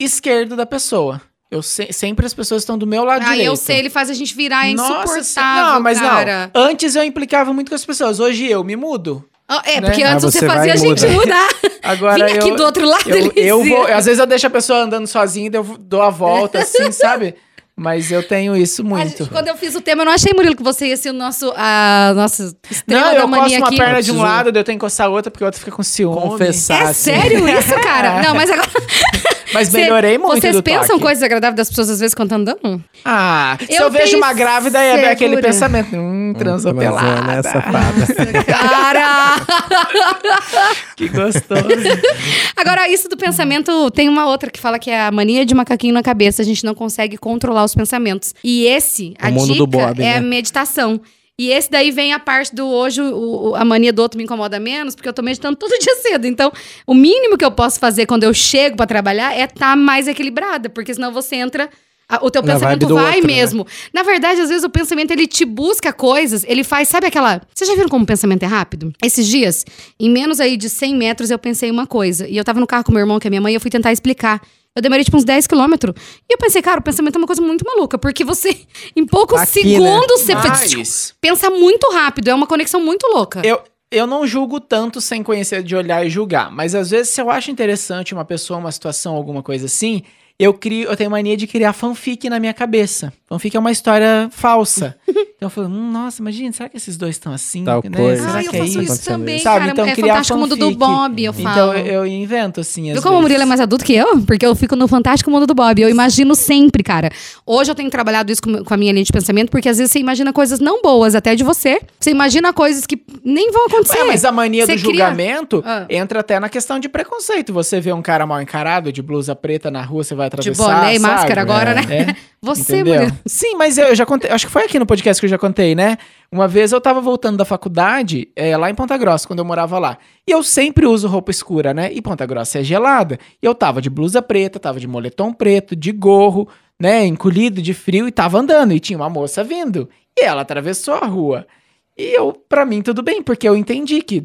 S2: esquerdo da pessoa. Eu se- sempre as pessoas estão do meu lado
S3: Ah,
S2: direito.
S3: eu sei, ele faz a gente virar é
S2: Nossa,
S3: insuportável,
S2: Não, mas
S3: cara.
S2: não. Antes eu implicava muito com as pessoas. Hoje eu me mudo.
S3: Ah, É,
S2: Né?
S3: porque
S1: Ah,
S3: antes você,
S1: você vai
S3: fazia a
S1: e
S3: gente
S1: muda.
S3: mudar.
S2: Agora
S3: Vim
S2: eu
S3: aqui do outro lado,
S2: eu,
S3: ele
S2: eu
S3: ia.
S2: vou, é às vezes eu deixo a pessoa andando sozinha, daí eu dou a volta assim, sabe? Mas eu tenho isso
S3: A
S2: muito.
S3: gente- quando eu fiz o tema, eu não achei, Murilo, que você ia ser o nosso, a nossa estrela
S2: Não,
S3: da
S2: eu coço
S3: mania
S2: uma
S3: aqui.
S2: perna de um
S1: Eu preciso-
S2: lado, daí eu tenho que coçar a outra porque a outra fica com ciúme.
S1: Confessar.
S3: É
S1: assim.
S3: sério isso, cara? Não, mas agora.
S2: Mas
S3: Cê-
S2: melhorei muito
S3: Vocês
S2: do
S3: pensam
S2: toque.
S3: coisas agradáveis das pessoas às vezes quando tá andando?
S2: Ah, se
S3: Eu
S2: eu vejo
S3: tenho
S2: uma grávida, é
S3: segura.
S2: aquele pensamento. Hum, transou
S1: Mas é, né,
S2: pelada.
S1: safada.
S3: Cara!
S2: Que gostoso.
S3: Agora, isso do pensamento, tem uma outra que fala que é a mania de macaquinho na cabeça. A gente não consegue controlar os pensamentos. E esse, a
S1: O mundo
S3: dica,
S1: do Bob,
S3: é
S1: né?
S3: a meditação. E esse daí vem a parte do hoje, o- o- a mania do outro me incomoda menos, porque eu tô meditando todo dia cedo. Então, o mínimo que eu posso fazer quando eu chego pra trabalhar é estar mais equilibrada, porque senão você entra. a- o teu
S1: Na
S3: pensamento
S1: vibe do
S3: vai
S1: outro, né?
S3: mesmo. Na verdade, às vezes o pensamento ele te busca coisas, ele faz, sabe aquela. Vocês já viram como o pensamento é rápido? Esses dias, em menos aí de 100 metros, eu pensei uma coisa. E eu tava no carro com meu irmão, que é minha mãe, e eu fui tentar explicar. Eu demorei tipo uns 10 quilômetros. E eu pensei, cara, o pensamento é uma coisa muito maluca, porque você, em poucos
S1: Aqui, né?
S3: segundos, você
S2: Mas
S3: pensa muito rápido, é uma conexão muito louca.
S2: eu, eu não julgo tanto sem conhecer de olhar e julgar. Mas às vezes, se eu acho interessante uma pessoa, uma situação, alguma coisa assim, eu crio, eu tenho mania de criar fanfic na minha cabeça. Fanfic é uma história falsa. então eu falo, hum, nossa, imagina, será que esses dois estão assim?
S1: Tal
S2: Né?
S1: coisa.
S2: Será
S3: Ah,
S1: Ai,
S2: que
S3: eu
S2: é
S3: faço
S2: isso?
S3: isso
S1: Acontecendo
S3: também,
S1: isso.
S2: Sabe,
S3: cara.
S2: então
S3: é
S2: criar
S3: fantástico mundo do
S2: fanfic.
S3: Bob, eu falo.
S2: Então eu, eu invento, assim.
S3: Viu
S2: às
S3: como o
S2: vezes.
S3: Murilo é mais adulto que eu? Porque eu fico no fantástico mundo do Bob. Eu imagino sempre, cara. Hoje eu tenho trabalhado isso com, com a minha linha de pensamento, porque às vezes você imagina coisas não boas até de você. Você imagina coisas que nem vão acontecer.
S2: É, mas a mania
S3: Você
S2: do
S3: cria-
S2: julgamento
S3: Ah.
S2: entra até na questão de preconceito. Você vê um cara mal encarado, de blusa preta na rua, você vai atravessar,
S3: de boné
S2: sabe?
S3: e máscara agora,
S2: É.
S3: Tipo, né?
S2: É.
S3: Você,
S2: Entendeu?
S3: Murilo.
S2: Sim, mas eu já contei, acho que foi aqui no podcast que eu já contei, né? Uma vez eu tava voltando da faculdade, é, lá em Ponta Grossa, quando eu morava lá. E eu sempre uso roupa escura, né? E Ponta Grossa é gelada. E eu tava de blusa preta, tava de moletom preto, de gorro, né? Encolhido de frio e tava andando. E tinha uma moça vindo. E ela atravessou a rua. E eu, pra mim, tudo bem, porque eu entendi que.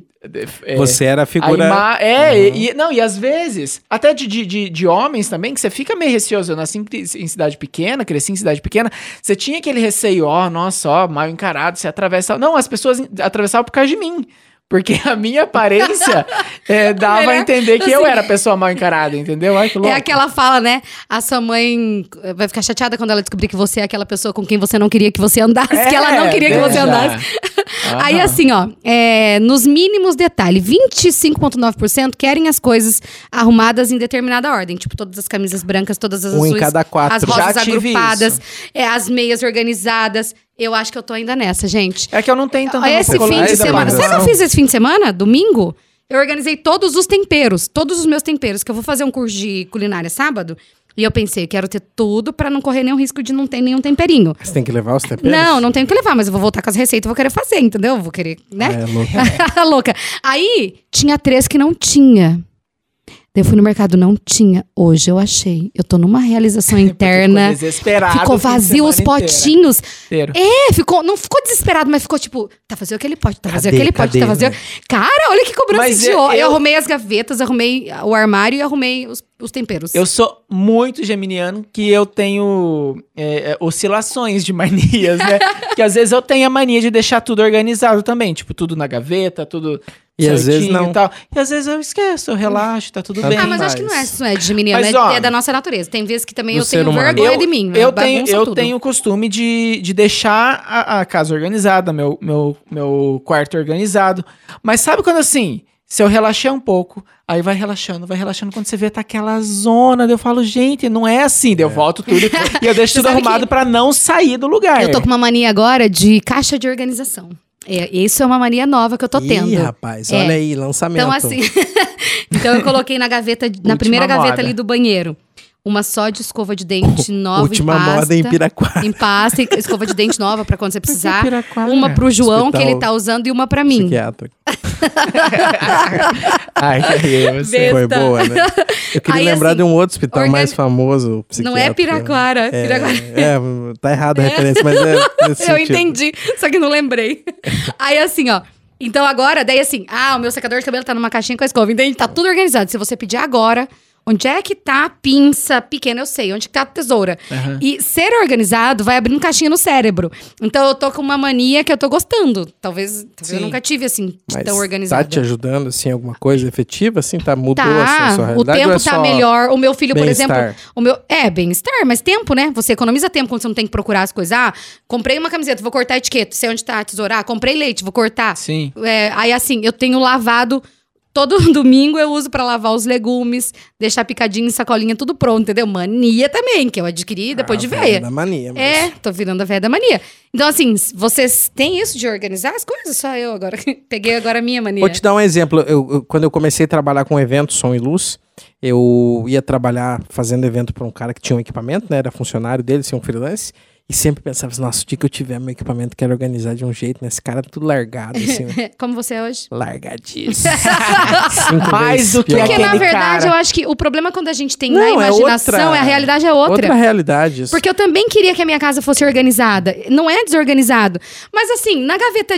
S2: é,
S1: Você era a
S2: a
S1: figura.
S2: ima- É,
S1: Uhum.
S2: e, e- não, e às vezes, até de, de, de, de homens também, que você fica meio receoso. Eu nasci em, em cidade pequena, cresci em cidade pequena. Você tinha aquele receio, ó, nossa, ó, mal encarado, você atravessa. Não, as pessoas en- atravessavam por causa de mim. Porque a minha aparência é, dava a
S3: Melhor,
S2: entender que eu
S3: assim.
S2: era a pessoa mal encarada, entendeu? Ai, que louco.
S3: É aquela fala, né? A sua mãe eh, vai ficar chateada quando ela descobrir que você é aquela pessoa com quem você não queria que você andasse, que ela não queria que você
S2: É, deixa.
S3: andasse.
S2: Aham.
S1: Ah.
S3: Aí, assim, ó, é, nos mínimos detalhes, 25,9% querem as coisas arrumadas em determinada ordem. Tipo, todas as camisas brancas, todas as
S1: Um em
S3: azuis.
S1: cada quatro.
S3: As
S2: Já
S3: rosas
S2: tive
S3: agrupadas, é, as meias organizadas. Eu acho que eu tô ainda nessa, gente.
S2: É que eu não tenho tanta
S3: Esse
S2: roupa
S3: fim
S1: colorida,
S3: de
S2: colorida,
S3: semana.
S2: mas-
S3: Sabe o que eu fiz esse fim de semana? Domingo? Eu organizei todos os temperos, todos os meus temperos, que eu vou fazer um curso de culinária sábado. E eu pensei, quero ter tudo pra não correr nenhum risco de não ter nenhum temperinho.
S1: Você tem que levar os temperos?
S3: Não, não tenho o que levar, mas eu vou voltar com as receitas e vou querer fazer, entendeu? Eu Vou querer, né?
S1: É, louco.
S3: louca. Aí, tinha três que não tinha. Daí Eu fui no mercado, não tinha. Hoje eu achei. Eu tô numa realização interna.
S2: Desesperado.
S3: né? Ficou
S2: o fim de
S3: vazio os
S2: semana inteiro.
S3: potinhos.
S2: Inteiro.
S3: É, ficou, não ficou desesperado, mas ficou tipo, tá vazio aquele pote, tá vazio
S1: Cadê?
S3: aquele pote,
S1: Cadê,
S3: tá vazio.
S1: né?
S3: Cara, olha que cobrança
S2: Mas
S3: de
S2: eu-
S3: ó- eu,
S2: eu-
S3: arrumei as gavetas, arrumei o armário e arrumei os, os temperos.
S2: Eu sou muito geminiano que eu tenho é, é, oscilações de manias, né? que às vezes eu tenho a mania de deixar tudo organizado também, tipo, tudo na gaveta, tudo
S1: E às vezes
S2: certinho
S1: não.
S2: E, tal. e às vezes eu esqueço, eu relaxo, tá tudo
S1: Tá
S2: bem.
S3: ah, mas eu acho que não é, isso não é de geminiano,
S2: Mas,
S3: é,
S2: ó,
S3: é da nossa natureza. Tem vezes que também
S1: do
S3: eu
S1: ser
S3: tenho
S1: humano.
S3: vergonha é de mim. né?
S2: eu
S3: bagunça
S2: tenho, eu
S3: tudo.
S2: tenho o costume de, de deixar a, a casa organizada, meu, meu, meu quarto organizado. Mas sabe quando assim, se eu relaxei um pouco, aí vai relaxando, vai relaxando, quando você vê tá aquela zona, daí eu falo, gente, não é assim, daí eu volto tudo e eu deixo
S3: Você
S2: tudo
S3: sabe
S2: arrumado
S3: que-
S2: pra não sair do
S1: É.
S2: lugar.
S3: Eu tô com uma mania agora de caixa de organização. É, isso é uma mania nova que eu tô tendo.
S1: Ih, rapaz,
S3: É.
S1: olha aí, lançamento.
S3: Então, assim. então, eu coloquei na gaveta, na
S2: Última
S3: primeira gaveta
S2: moda.
S3: ali do banheiro. Uma só de escova de dente nova
S1: Última
S3: em pasta.
S1: moda em Piraquara.
S3: em pasta, e escova de dente nova pra quando você precisar.
S2: Piraquara?
S3: Uma pro João,
S1: Hospital
S3: que ele tá usando, e uma pra mim.
S1: Psiquiatra.
S2: Ai, eu sei.
S3: Besta.
S1: é- Foi boa, né? Eu queria
S3: Aí,
S1: lembrar
S3: assim,
S1: de um outro hospital
S3: organi-
S1: mais famoso,
S3: Não
S1: psiquiatra.
S3: é Piraquara.
S1: É,
S3: Piraquara.
S1: é, tá errada a referência, mas é nesse
S3: Eu
S1: sentido.
S3: entendi, só que não lembrei. Aí assim, ó. Então agora, daí assim, ah, o meu secador de cabelo tá numa caixinha com a escova, entende? Tá tudo organizado. Se você pedir agora, onde é que tá a pinça pequena, eu sei, onde que tá a tesoura. E ser organizado vai abrindo caixinha no cérebro. Então eu tô com uma mania que eu tô gostando. Talvez, talvez eu
S2: Sim.
S3: nunca tive assim, de
S1: Mas
S3: tão organizado.
S1: tá te ajudando, assim, alguma coisa efetiva, assim? Tá, mudou assim, a
S3: Tá,
S1: sua
S3: o
S1: realidade? ou
S3: tempo
S1: é
S3: tá
S1: só-
S3: melhor. O meu filho, por exemplo,
S1: bem-estar?
S3: o meu é bem-estar, mas tempo, né? Você economiza tempo quando você não tem que procurar as coisas. Ah, comprei uma camiseta, vou cortar a etiqueta, sei onde tá a tesoura. Ah, comprei leite, vou cortar.
S2: Sim.
S3: É, aí assim, eu tenho lavado todo domingo eu uso pra lavar os legumes, deixar picadinho em sacolinha tudo pronto, entendeu? Mania também, que eu adquiri depois de
S1: Ah, velha
S3: veia.
S1: Da mania, mas...
S3: É, tô virando a véia da mania. Então, assim, s- vocês têm isso de organizar as coisas? Só eu agora. Peguei agora a minha mania.
S1: Vou te dar um exemplo. Eu, eu- quando eu comecei a trabalhar com eventos, som e luz, eu ia trabalhar fazendo evento para um cara que tinha um equipamento, né? Era funcionário dele, tinha um freelance. E sempre pensava assim, nossa, o dia que eu tiver meu equipamento, quero organizar de um jeito, né? Esse cara é tudo largado, assim, né?
S3: Como você é hoje?
S1: Largadíssimo.
S2: Mais do que
S1: pior.
S3: Porque, na
S2: aquele
S3: verdade,
S2: cara.
S3: eu acho que o problema quando a gente tem
S1: Não,
S3: na
S1: é
S3: imaginação,
S1: outra-
S3: é a realidade é outra.
S1: Outra. realidade. Isso.
S3: Porque eu também queria que a minha casa fosse organizada. Não é desorganizado. Mas assim, na gaveta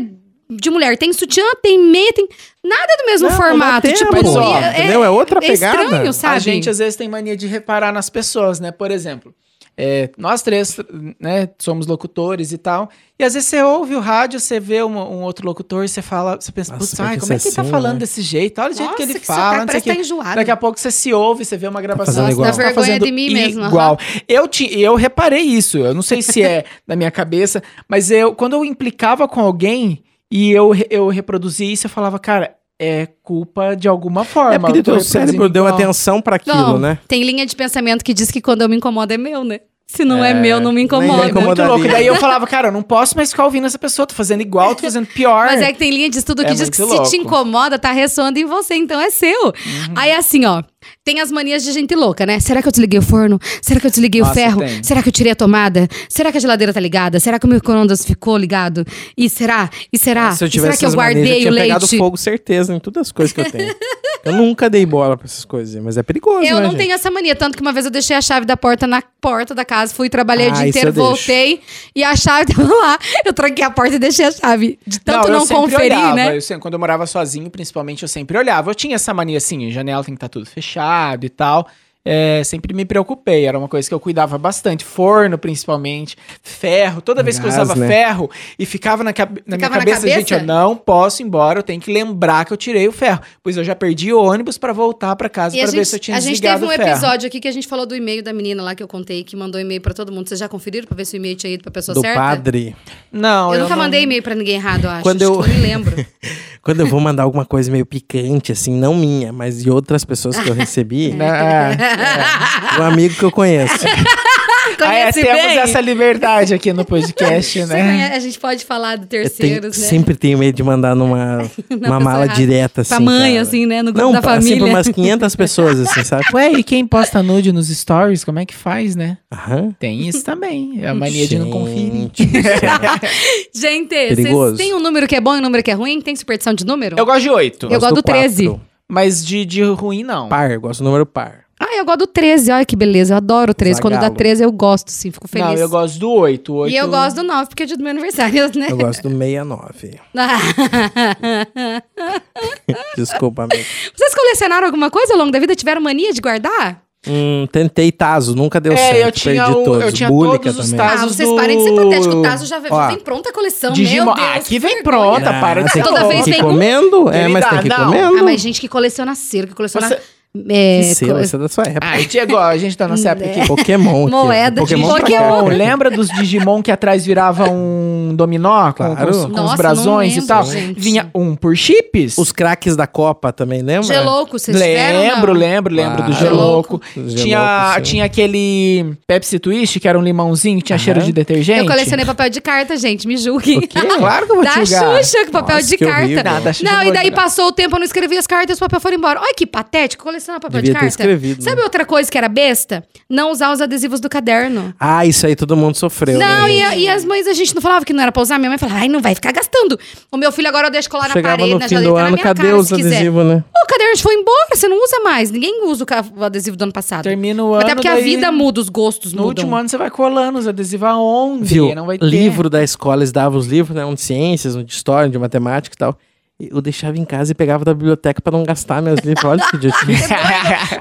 S3: de mulher tem sutiã, tem meia, tem nada do mesmo
S1: Não, não dá
S3: formato.
S1: tempo,
S3: tipo, não ia- é,
S1: entendeu? É outra
S3: é
S1: pegada.
S3: estranho, sabe?
S2: A gente às vezes tem mania de reparar nas pessoas, né? Por exemplo, é, nós três, né, somos locutores e tal. E às vezes você ouve o rádio, você vê um, um outro locutor e você fala, você pensa,
S1: Nossa, mas
S2: putz, ai,
S1: isso
S2: como é
S1: é
S2: que ele tá
S1: assim,
S2: falando
S1: né?
S2: desse jeito? Olha é o
S3: Nossa,
S2: jeito que ele
S3: que
S2: fala,
S3: sotaque,
S2: não sei o
S3: parece que tá
S2: quê.
S3: enjoado.
S2: Daqui a pouco você se ouve, você vê uma gravação.
S1: fazendo
S2: você
S1: igual.
S2: tá
S3: Vergonha
S2: fazendo
S3: de mim mesmo,
S2: Igual. Eu, ti, eu reparei isso. Eu não sei se é da minha cabeça, mas eu quando eu implicava com alguém e eu, re- eu reproduzia isso, eu falava, cara, é culpa de alguma forma.
S1: É porque
S2: eu tô
S1: teu
S2: reproduzindo
S1: cérebro deu
S2: igual.
S1: atenção para aquilo,
S3: Não,
S1: né?
S3: tem linha de pensamento que diz que quando eu me incomodo é meu, né? Se não é,
S2: É,
S3: meu, não me
S1: nem
S3: incomoda.
S1: vai
S2: É muito
S1: incomodaria.
S2: louco. Daí eu falava, cara, eu não posso mais ficar ouvindo essa pessoa. Tô fazendo igual, tô fazendo pior.
S3: Mas é que tem linha de estudo que
S2: É
S3: diz que se
S2: muito
S3: te
S2: louco.
S3: incomoda, tá ressoando em você, então é seu.
S1: Uhum.
S3: Aí assim, ó, tem as manias de gente louca, né? Será que eu desliguei o forno? Será que eu desliguei o
S2: Nossa,
S3: ferro?
S2: tem.
S3: Será que eu tirei a tomada? Será que a geladeira tá ligada? Será que o micro-ondas ficou ligado? E será? E será?
S1: Ah, Se eu
S3: Ah, e será
S1: tivesse
S3: que eu
S1: essas manias,
S3: guardei
S1: eu
S3: o
S1: tinha pegado
S3: leite?
S1: fogo, certeza, em todas as coisas que eu tenho. eu nunca dei bola pra essas coisas, mas é perigoso,
S3: Eu
S1: né,
S3: não
S1: gente?
S3: tenho essa mania, tanto que uma vez eu deixei a chave da porta na porta da casa, fui trabalhei o
S1: Ah,
S3: dia
S1: isso
S3: inteiro,
S1: eu deixo.
S3: voltei e a chave tava lá. Eu tranquei a porta e deixei a chave. De tanto
S2: eu
S3: não,
S2: sempre
S3: conferir,
S2: olhava,
S3: né?
S2: eu sempre- quando eu morava sozinho, principalmente, eu sempre olhava. Eu tinha essa mania assim, janela tem que estar tudo fechado e tal. É, sempre me preocupei, era uma coisa que eu cuidava bastante. Forno, principalmente, ferro. Toda vez que eu
S1: Gás,
S2: usava
S1: né?
S2: ferro e ficava na, cabe- na minha
S3: Ficava na
S2: cabeça, gente, eu
S3: cabeça?
S2: não posso ir embora, eu tenho que lembrar que eu tirei o ferro. Pois eu já perdi o ônibus pra voltar pra casa
S3: E
S2: pra
S3: a
S2: ver
S3: gente,
S2: se eu tinha
S3: a gente
S2: desligado
S3: teve um
S2: o ferro.
S3: episódio aqui que a gente falou do e-mail da menina lá que eu contei, que mandou e-mail pra todo mundo. Vocês já conferiram pra ver se o e-mail tinha ido pra pessoa
S1: Do
S3: certa?
S1: padre.
S2: Não,
S3: Eu,
S2: eu
S3: nunca
S2: não-
S3: mandei e-mail pra ninguém errado, eu acho.
S1: Quando
S3: acho
S1: eu-
S3: que não me lembro.
S1: Quando eu vou mandar alguma coisa meio picante, assim, não minha, mas de outras pessoas que eu recebi,
S2: Né, é.
S1: um amigo que eu conheço.
S3: É,
S2: Ah, é,
S3: Conhece
S2: temos
S3: bem?
S2: essa liberdade aqui no podcast,
S3: Você
S2: né?
S3: conhece- A gente pode falar do
S1: Eu tenho-
S3: terceiros, né?
S1: Sempre tenho medo de mandar numa uma
S3: pessoa
S1: mala
S3: errada.
S1: direta, assim.
S3: Pra mãe,
S1: cara.
S3: assim, né? No grupo
S1: Não,
S3: da
S1: pra- assim, pra
S3: família.
S1: umas 500 pessoas, assim, sabe?
S2: Ué, e quem posta nude nos stories, como é que faz, né?
S1: Aham.
S2: Tem isso também. É a mania de não conferir.
S1: Gente do céu.
S3: Gente, vocês
S1: Perigoso.
S3: têm um número que é bom e um número que é ruim? é Tem superstição de número?
S2: Eu gosto de oito.
S3: Eu gosto do
S1: quatro.
S3: 13.
S2: mas de, de ruim não.
S1: Par, eu gosto do número par.
S3: Ah, eu gosto do 13, olha que beleza, eu adoro o 13. Quando dá
S1: Zagalo.
S3: 13 eu gosto, sim, fico feliz.
S2: Não, eu gosto do 8.
S3: E eu gosto do 9, porque é dia do meu aniversário, né?
S1: Eu gosto do 69. Desculpa, amigo.
S3: Vocês colecionaram alguma coisa ao longo da vida? Tiveram mania de guardar?
S1: Hum, tentei Tazo, nunca deu
S2: É,
S1: certo.
S2: eu tinha
S1: Perdi
S2: o- eu
S1: todos.
S2: tinha
S1: Búlica
S2: todos os
S1: também.
S2: Tazos
S3: ah, vocês
S2: do-
S3: parem de ser patético. O Tazo já vem
S1: Ó.
S3: já vem pronta a coleção,
S2: Digimon.
S3: meu Deus.
S2: Ah, aqui vem
S3: vergonha.
S2: pronta,
S1: Ah,
S2: para de
S1: tem
S2: ser
S1: que-
S3: Toda
S1: tem
S3: vez
S1: que
S3: vem
S1: ir
S3: um.
S1: comendo? É, mas
S2: Querida,
S1: tem que ir
S2: não.
S1: comendo.
S3: Ah, mas gente que coleciona cera, que coleciona...
S2: Você-
S3: é,
S1: Esse,
S3: co-
S1: esse é da sua época.
S2: Ah, gente, é igual, a gente tá nessa época aqui.
S1: Pokémon. aqui, ó.
S3: Moeda de
S1: Pokémon. pra cá.
S2: Digimon, lembra dos Digimon que atrás virava um dominó com,
S1: Claro.
S2: com os- com
S3: Nossa,
S2: os
S3: não
S2: brasões
S3: lembro,
S2: e tal?
S3: gente.
S2: Vinha um por chips?
S1: Os craques da Copa também, lembra?
S3: Gelouco, é vocês tiveram?
S2: Lembro,
S3: não? é
S2: lembro, lembro do
S1: Claro.
S2: Geloco.
S1: Gelouco,
S2: Tinha,
S1: sim.
S2: tinha aquele Pepsi Twist, que era um limãozinho que tinha
S1: Aham.
S2: cheiro de detergente.
S3: Eu colecionei papel de carta, gente, me julguem.
S1: O quê?
S2: Claro que eu vou te
S3: Da
S2: julgar.
S3: Xuxa, que papel
S1: Nossa,
S3: de
S1: que
S3: carta.
S1: horrível.
S2: Nada, da Xuxa eu
S3: Não,
S2: não
S3: e
S2: vou
S3: daí
S2: julgar.
S3: passou o tempo, eu não escrevi as cartas, os papéis foram embora. Olha que patético, colecionar
S1: Devia
S3: papel de
S1: ter
S3: carta.
S1: escrevido,
S3: Sabe
S1: né?
S3: outra coisa que era besta? Não usar os adesivos do caderno.
S1: Ah, isso aí todo mundo sofreu.
S3: não,
S1: né,
S3: e,
S1: gente?
S3: a- e as mães a gente não falava que não era pra usar. Minha mãe falava, ai, não vai ficar gastando. O meu filho agora eu deixo colar na
S1: Chegava
S3: parede,
S1: no
S3: na
S1: fim
S3: geladeira,
S1: do
S3: tá na
S1: ano,
S3: minha
S1: cadê
S3: cara,
S1: os
S3: se quiser.
S1: adesivos, né?
S3: O caderno foi embora, você não usa mais. Ninguém usa o ca- o adesivo do ano passado.
S2: Termina o ano.
S3: Até é porque a
S2: daí-
S3: vida muda, os gostos
S2: No
S3: mudam.
S2: último ano você vai colando os adesivos aonde?
S1: Viu?
S2: Não vai ter.
S1: Livro da escola, eles davam os livros, né? Um de ciências, um de história, um de matemática e tal. E Eu deixava em casa e pegava da biblioteca pra não gastar meus livros. Olha que idiotice.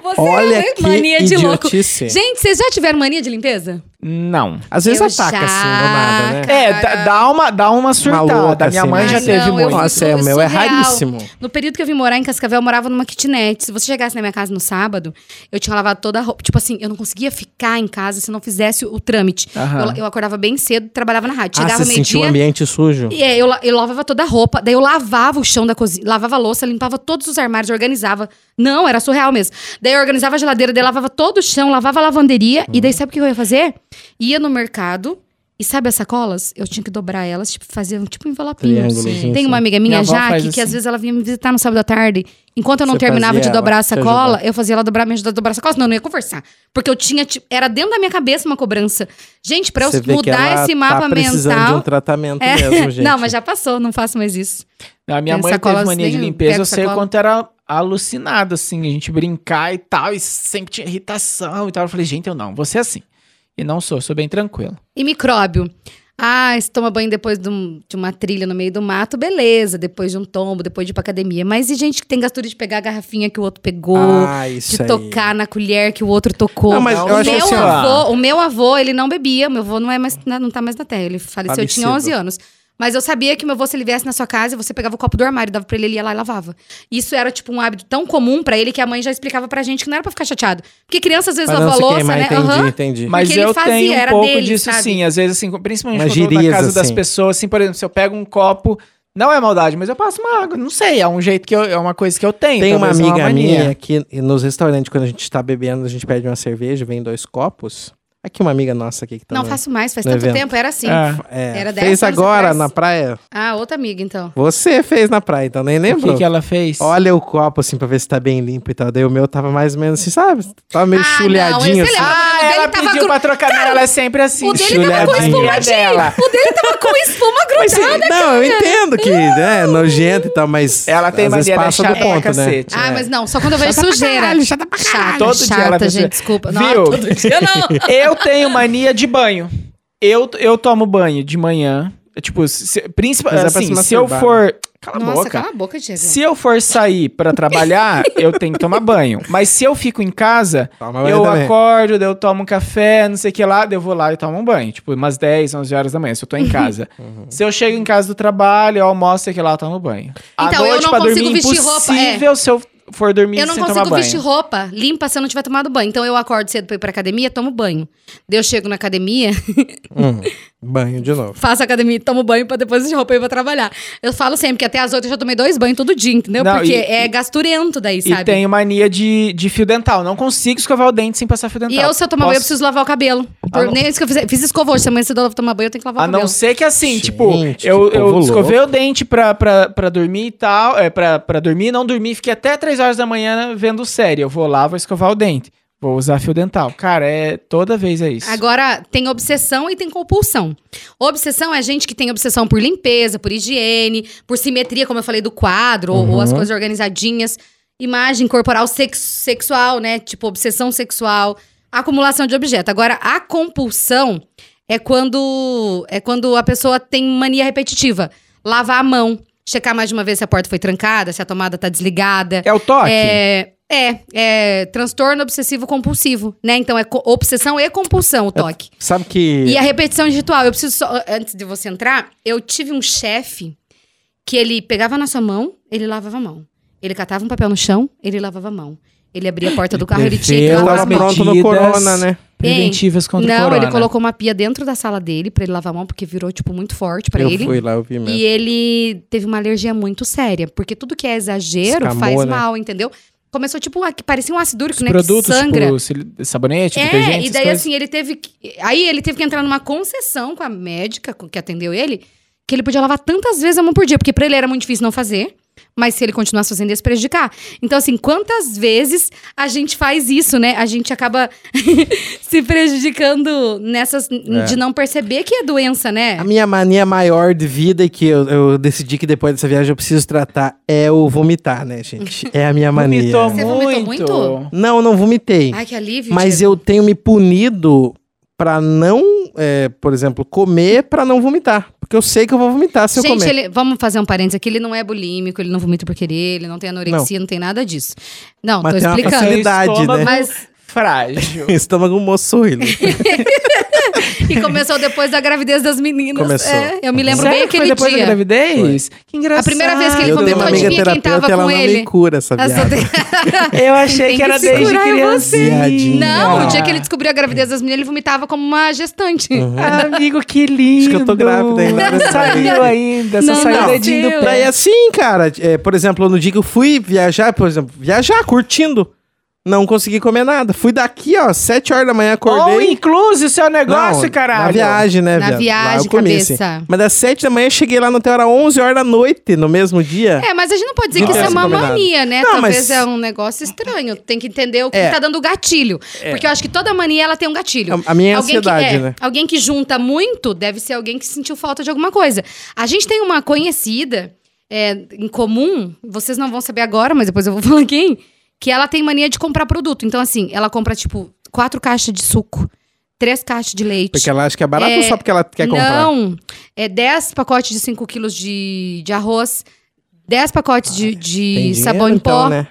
S3: Você
S1: Olha
S3: é
S1: que
S3: mania de louco.
S1: idiotice.
S3: Gente, vocês já tiveram mania de limpeza?
S2: Não.
S1: Às vezes
S3: Eu
S1: ataca
S3: já,
S1: assim, do nada, né?
S3: cara.
S2: É, dá, dá uma, dá uma surtada.
S1: Maluca,
S2: Minha
S1: assim,
S2: mãe já
S1: mas-
S2: teve
S3: Ah, não, eu
S2: muito.
S3: fui
S1: Nossa, é,
S3: surreal.
S1: o meu é raríssimo.
S3: No período que eu vim morar em Cascavel, eu morava numa kitnet. Se você chegasse na minha casa no sábado, eu tinha lavado toda a roupa. Tipo assim, eu não conseguia ficar em casa se não fizesse o trâmite.
S2: Aham.
S3: Eu, eu acordava bem cedo, trabalhava na rádio.
S1: Ah,
S3: Chegava
S1: você sentiu o
S3: meio-dia.
S1: ambiente sujo?
S3: E é, eu, la- eu lavava toda a roupa, daí eu lavava o chão da cozinha, lavava a louça, limpava todos os armários, organizava. Não, era surreal mesmo. Daí eu organizava a geladeira, daí lavava todo o chão, lavava a lavanderia. E daí sabe o que eu ia fazer? Ia no mercado. E sabe as sacolas? Eu tinha que dobrar elas, tipo, fazer um tipo um envelopinho.
S1: Triângulo, sim,
S3: Tem
S1: sim.
S3: uma amiga
S2: Minha
S3: minha,
S2: avó
S3: Jaque,
S2: faz
S3: que
S2: assim.
S3: às vezes ela vinha me visitar no sábado à tarde. Enquanto eu não
S1: Você
S3: terminava de
S1: fazia
S3: dobrar
S1: ela
S3: a
S1: te
S3: sacola,
S1: ajudar.
S3: eu fazia ela dobrar, me ajudar a dobrar a sacola, senão eu não ia conversar. Porque eu tinha, tipo, era dentro da minha cabeça uma cobrança. Gente, pra eu
S1: Você vê que ela
S3: mudar esse mapa
S1: tá precisando
S3: mental.
S1: de um tratamento
S3: É.
S1: mesmo, gente.
S3: Não, mas já passou, não faço mais isso.
S2: A minha
S3: Tem
S2: mãe teve
S3: sacolas,
S2: mania de
S3: nem
S2: limpeza,
S3: pego
S2: eu sei o
S3: sacola.
S2: quanto era alucinado, assim, a gente brincar e tal, e sempre tinha irritação e tal. Eu falei, gente, eu não, você assim. E não sou, sou bem tranquilo.
S3: E micróbio? Ah, se toma banho depois de, um- de uma trilha no meio do mato, beleza. Depois de um tombo, depois de ir pra academia. Mas e gente que tem gastura de pegar a garrafinha que o outro pegou?
S1: Ah, isso
S3: de
S1: aí.
S3: tocar na colher que o outro tocou.
S1: Não, mas eu
S3: o,
S1: acho que
S3: meu
S1: assim, ó.
S3: avô, o meu avô, ele não bebia. Meu avô não, é mais, na- não tá mais na terra. Ele faleceu, eu tinha
S1: Falecido.
S3: 11 anos. Mas eu sabia que meu avô, se ele viesse na sua casa, você pegava o copo do armário, dava pra ele, ele ia lá e lavava. Isso era, tipo, um hábito tão comum pra ele que a mãe já explicava pra gente que não era pra ficar chateado. Porque criança, às vezes,
S1: Pra não
S3: lava a
S1: se
S3: louça,
S1: queimar,
S3: né?
S1: entendi,
S3: Aham.
S1: entendi.
S2: Mas
S3: Porque ele
S2: eu
S3: fazia,
S2: tenho um
S3: era
S2: pouco
S3: dele,
S2: disso,
S3: sabe?
S2: sim. Às vezes, assim, principalmente
S1: Uma
S2: quando eu tô na
S1: girias,
S2: casa das
S1: assim.
S2: pessoas, assim, por exemplo, se eu pego um copo, não é maldade, mas eu passo uma água, não sei, é um jeito que eu, é uma coisa que eu tenho.
S1: Tem uma
S2: talvez é
S1: amiga
S2: mania.
S1: minha que nos restaurantes, quando a gente tá bebendo, a gente pede uma cerveja, vem dois copos. Aqui uma amiga nossa aqui que tá
S3: Não
S1: no-
S3: faço mais, faz
S1: no
S3: tanto
S1: evento.
S3: tempo, era assim.
S2: É.
S1: É,
S3: Era dez
S1: fez
S3: anos
S1: agora
S3: atrás.
S1: na praia.
S3: Ah, outra amiga, então.
S1: Você fez na praia, então nem
S2: O que,
S1: lembro.
S2: que ela fez?
S1: Olha o copo assim pra ver se tá bem limpo e tal. Daí o meu tava mais ou menos assim, sabe? Tava meio
S3: Ah,
S1: chulhadinho
S3: não, esse
S1: assim.
S3: lembra?
S2: Ah,
S3: O dele
S2: ela
S3: tava
S2: pediu
S3: gru-
S2: pra trocar, não, ela é sempre assim.
S3: O dele tava com
S1: Chulhadinha
S2: dela.
S3: espumadinha. O dele tava com espuma
S1: Mas, assim,
S3: grudada.
S1: não, eu entendo que né, é nojento e tal, mas.
S2: Ela tem
S1: às vezes
S2: mania, ela é
S1: passa
S2: chata
S1: do
S2: pra
S1: ponto, né?
S2: cacete.
S3: Ah,
S1: É.
S3: mas não, só quando eu vejo
S1: pra
S3: sujeira.
S1: caralho, chata pra caralho.
S2: Todo dia
S3: chata,
S2: ela
S1: tá
S2: vai
S3: gente,
S2: ser-
S3: desculpa.
S2: Viu?
S3: Não, todo dia não.
S2: Eu tenho mania de banho. Eu, eu tomo banho de manhã. Tipo, se- se, principal,
S1: Mas é pra
S2: assim,
S1: se
S2: se eu
S1: masturbar,
S2: for. Cala a
S3: Nossa,
S2: boca.
S3: cala a boca, Diego.
S2: Se eu for sair pra trabalhar, eu tenho que tomar banho. Mas se eu fico em casa,
S1: Toma banho
S2: eu
S1: também.
S2: acordo, daí eu tomo um café, não sei o que lá, daí eu vou lá e tomo um banho. Tipo, umas 10, 11 horas da manhã, se eu tô em casa. Se eu chego em casa do trabalho, eu almoço, sei o que lá, eu tomo banho. à
S3: Então, eu
S2: noite,
S3: não
S2: pra
S3: consigo
S2: dormir,
S3: vestir roupa, é.
S2: impossível se eu for dormir
S3: Eu não
S2: sem tomar
S3: consigo
S2: banho.
S3: vestir roupa limpa se eu não tiver tomado banho. Então eu acordo cedo pra ir pra academia, tomo banho. Daí eu chego na academia,
S1: Hum, banho de novo.
S3: faço academia, tomo banho pra depois vestir roupa e ir pra trabalhar. Eu falo sempre que até às oito eu já tomei dois banhos todo dia, entendeu?
S2: Não,
S3: Porque
S2: e-
S3: é gasturento daí,
S2: E
S3: sabe?
S2: tenho mania de, de fio dental. Não consigo escovar o dente sem passar fio dental.
S3: E eu, se eu tomar banho, eu
S2: Posso-
S3: preciso lavar o cabelo. Por-
S2: não.
S3: Nem isso que eu fiz, fiz escova hoje, se amanhã cedo eu tomar banho, eu tenho que lavar
S2: A
S3: o
S2: não
S3: cabelo.
S2: ser que assim,
S1: Gente,
S2: tipo,
S1: que
S2: eu, eu
S1: povo
S2: escovei o dente pra, pra, pra dormir e tal, é, pra, pra dormir, não dormir, fiquei até 3 horas da manhã vendo série. Eu vou lá, vou escovar o dente, vou usar fio dental. Cara, é toda vez é isso.
S3: Agora, tem obsessão e tem compulsão. Obsessão é gente que tem obsessão por limpeza, por higiene, por simetria, como eu falei, do quadro, ou- ou as coisas organizadinhas. imagem corporal sex- sexual, né? Tipo, obsessão sexual, acumulação de objeto. Agora, a compulsão é quando é quando a pessoa tem mania repetitiva. Lavar a mão, checar mais de uma vez se a porta foi trancada, se a tomada tá desligada.
S2: É o toque?
S3: É, é, é transtorno obsessivo compulsivo, né? Então é co- obsessão e compulsão o toque.
S1: Sabe que.
S3: E a repetição de ritual, eu preciso só. Antes de você entrar, eu tive um chefe que ele pegava na sua mão, ele lavava a mão. Ele catava um papel no chão, ele lavava a mão. Ele abria a porta do carro, ele tinha que
S1: Eu
S3: lavar
S1: tava
S3: a mão.
S1: pronto no
S2: medidas.
S1: corona, né?
S2: Preventivas contra
S3: Não,
S2: o corona.
S3: ele colocou uma pia dentro da sala dele pra ele lavar a mão, porque virou, tipo, muito forte pra
S1: eu
S3: ele.
S1: fui lá, eu vi
S2: Né?
S1: mesmo.
S3: E é. ele teve uma alergia muito séria, porque tudo que é exagero
S1: Escamou,
S3: faz
S1: né?
S3: mal, entendeu? Começou, tipo, a- que parecia um ácido úrico,
S2: Os
S3: né?
S2: produtos,
S3: que sangra.
S2: tipo, sil- sabonete,
S3: É,
S2: detergente,
S3: e
S2: essas
S3: daí
S2: coisas.
S3: assim, ele teve que. Aí ele teve que entrar numa concessão com a médica com- que atendeu ele, que ele podia lavar tantas vezes a mão por dia, porque pra ele era muito difícil não fazer. Mas se ele continuasse fazendo, ia se prejudicar. Então, assim, quantas vezes a gente faz isso, né? A gente acaba se prejudicando nessas. de não perceber que é doença, né?
S1: A minha mania maior de vida e que eu, eu decidi que depois dessa viagem eu preciso tratar é o vomitar, né, gente? É a minha mania.
S2: Vomitou
S3: Você vomitou muito?
S1: Não, eu não vomitei.
S3: Ai, que alívio.
S1: mas eu tenho me punido pra não, é, por exemplo, comer pra não vomitar. Porque eu sei que eu vou vomitar se eu
S3: Gente,
S1: comer.
S3: ele- vamos fazer um parênteses aqui. Ele não é bulímico, ele não vomita por querer, ele não tem anorexia, não, tem nada disso. Não,
S1: Mas
S3: tô
S1: tem uma
S3: explicando.
S1: facilidade. né?
S3: Mas
S2: Frágil.
S1: Estômago moçoilo.
S3: E começou depois da gravidez das meninas.
S1: Começou.
S3: É, eu me lembro
S2: Sério
S3: bem
S2: que foi
S3: aquele
S2: depois da
S3: dia.
S2: gravidez? Que engraçado.
S3: A primeira vez que ele
S1: eu tenho
S3: vomitou,
S1: uma amiga
S3: adivinha quem tava
S1: terapeuta, ela
S3: com
S1: não
S3: ele?
S1: me cura essa
S3: As
S1: viada.
S3: outras-
S2: Eu achei
S3: Tem
S2: que era
S3: que
S2: desde
S3: segurar em
S2: criança.
S1: Viadinha.
S3: Não,
S1: Ah.
S3: o dia que ele descobriu a gravidez das meninas, ele vomitava como uma gestante.
S1: Uhum.
S2: Amigo, que lindo.
S1: Acho que eu tô grávida ainda.
S2: Não saiu ainda, só
S3: Não
S2: saiu o
S3: nasceu.
S2: dedinho do
S1: Daí
S2: pé.
S1: assim, cara, é, por exemplo, no dia que eu fui viajar, por exemplo, viajar curtindo, não consegui comer nada. Fui daqui, ó, 7 horas da manhã,
S2: Ou
S1: acordei.
S2: inclusive o seu negócio,
S1: Não,
S2: caralho.
S1: Na viagem, né,
S3: Na
S1: viado? Lá
S3: viagem,
S1: eu comi, assim.
S3: cabeça.
S1: Mas das 7 da manhã, cheguei lá no hotel, era 11 horas da noite, no mesmo dia.
S3: É, mas a gente não pode dizer que
S1: Não.
S3: isso é uma
S1: Combinado.
S3: mania, né?
S1: Não,
S3: Talvez
S1: mas-
S3: é um negócio estranho. Tem que entender o que
S1: É.
S3: tá dando o gatilho. Porque eu acho que toda mania, ela tem um gatilho.
S1: A- A minha é
S3: que,
S1: ansiedade,
S3: é,
S1: né?
S3: Alguém que junta muito deve ser alguém que sentiu falta de alguma coisa. A gente tem uma conhecida é, em comum, vocês não vão saber agora, mas depois eu vou falar quem, que ela tem mania de comprar produto. Então, assim, ela compra, tipo, quatro caixas de suco, três caixas de leite.
S1: Porque ela acha que é barato
S3: É,
S1: ou só porque ela quer comprar?
S3: Não, é 10 pacotes de 5 quilos de, de arroz, 10 pacotes de,
S1: Ah,
S3: de
S1: Tem dinheiro,
S3: sabão em pó.
S1: então, né?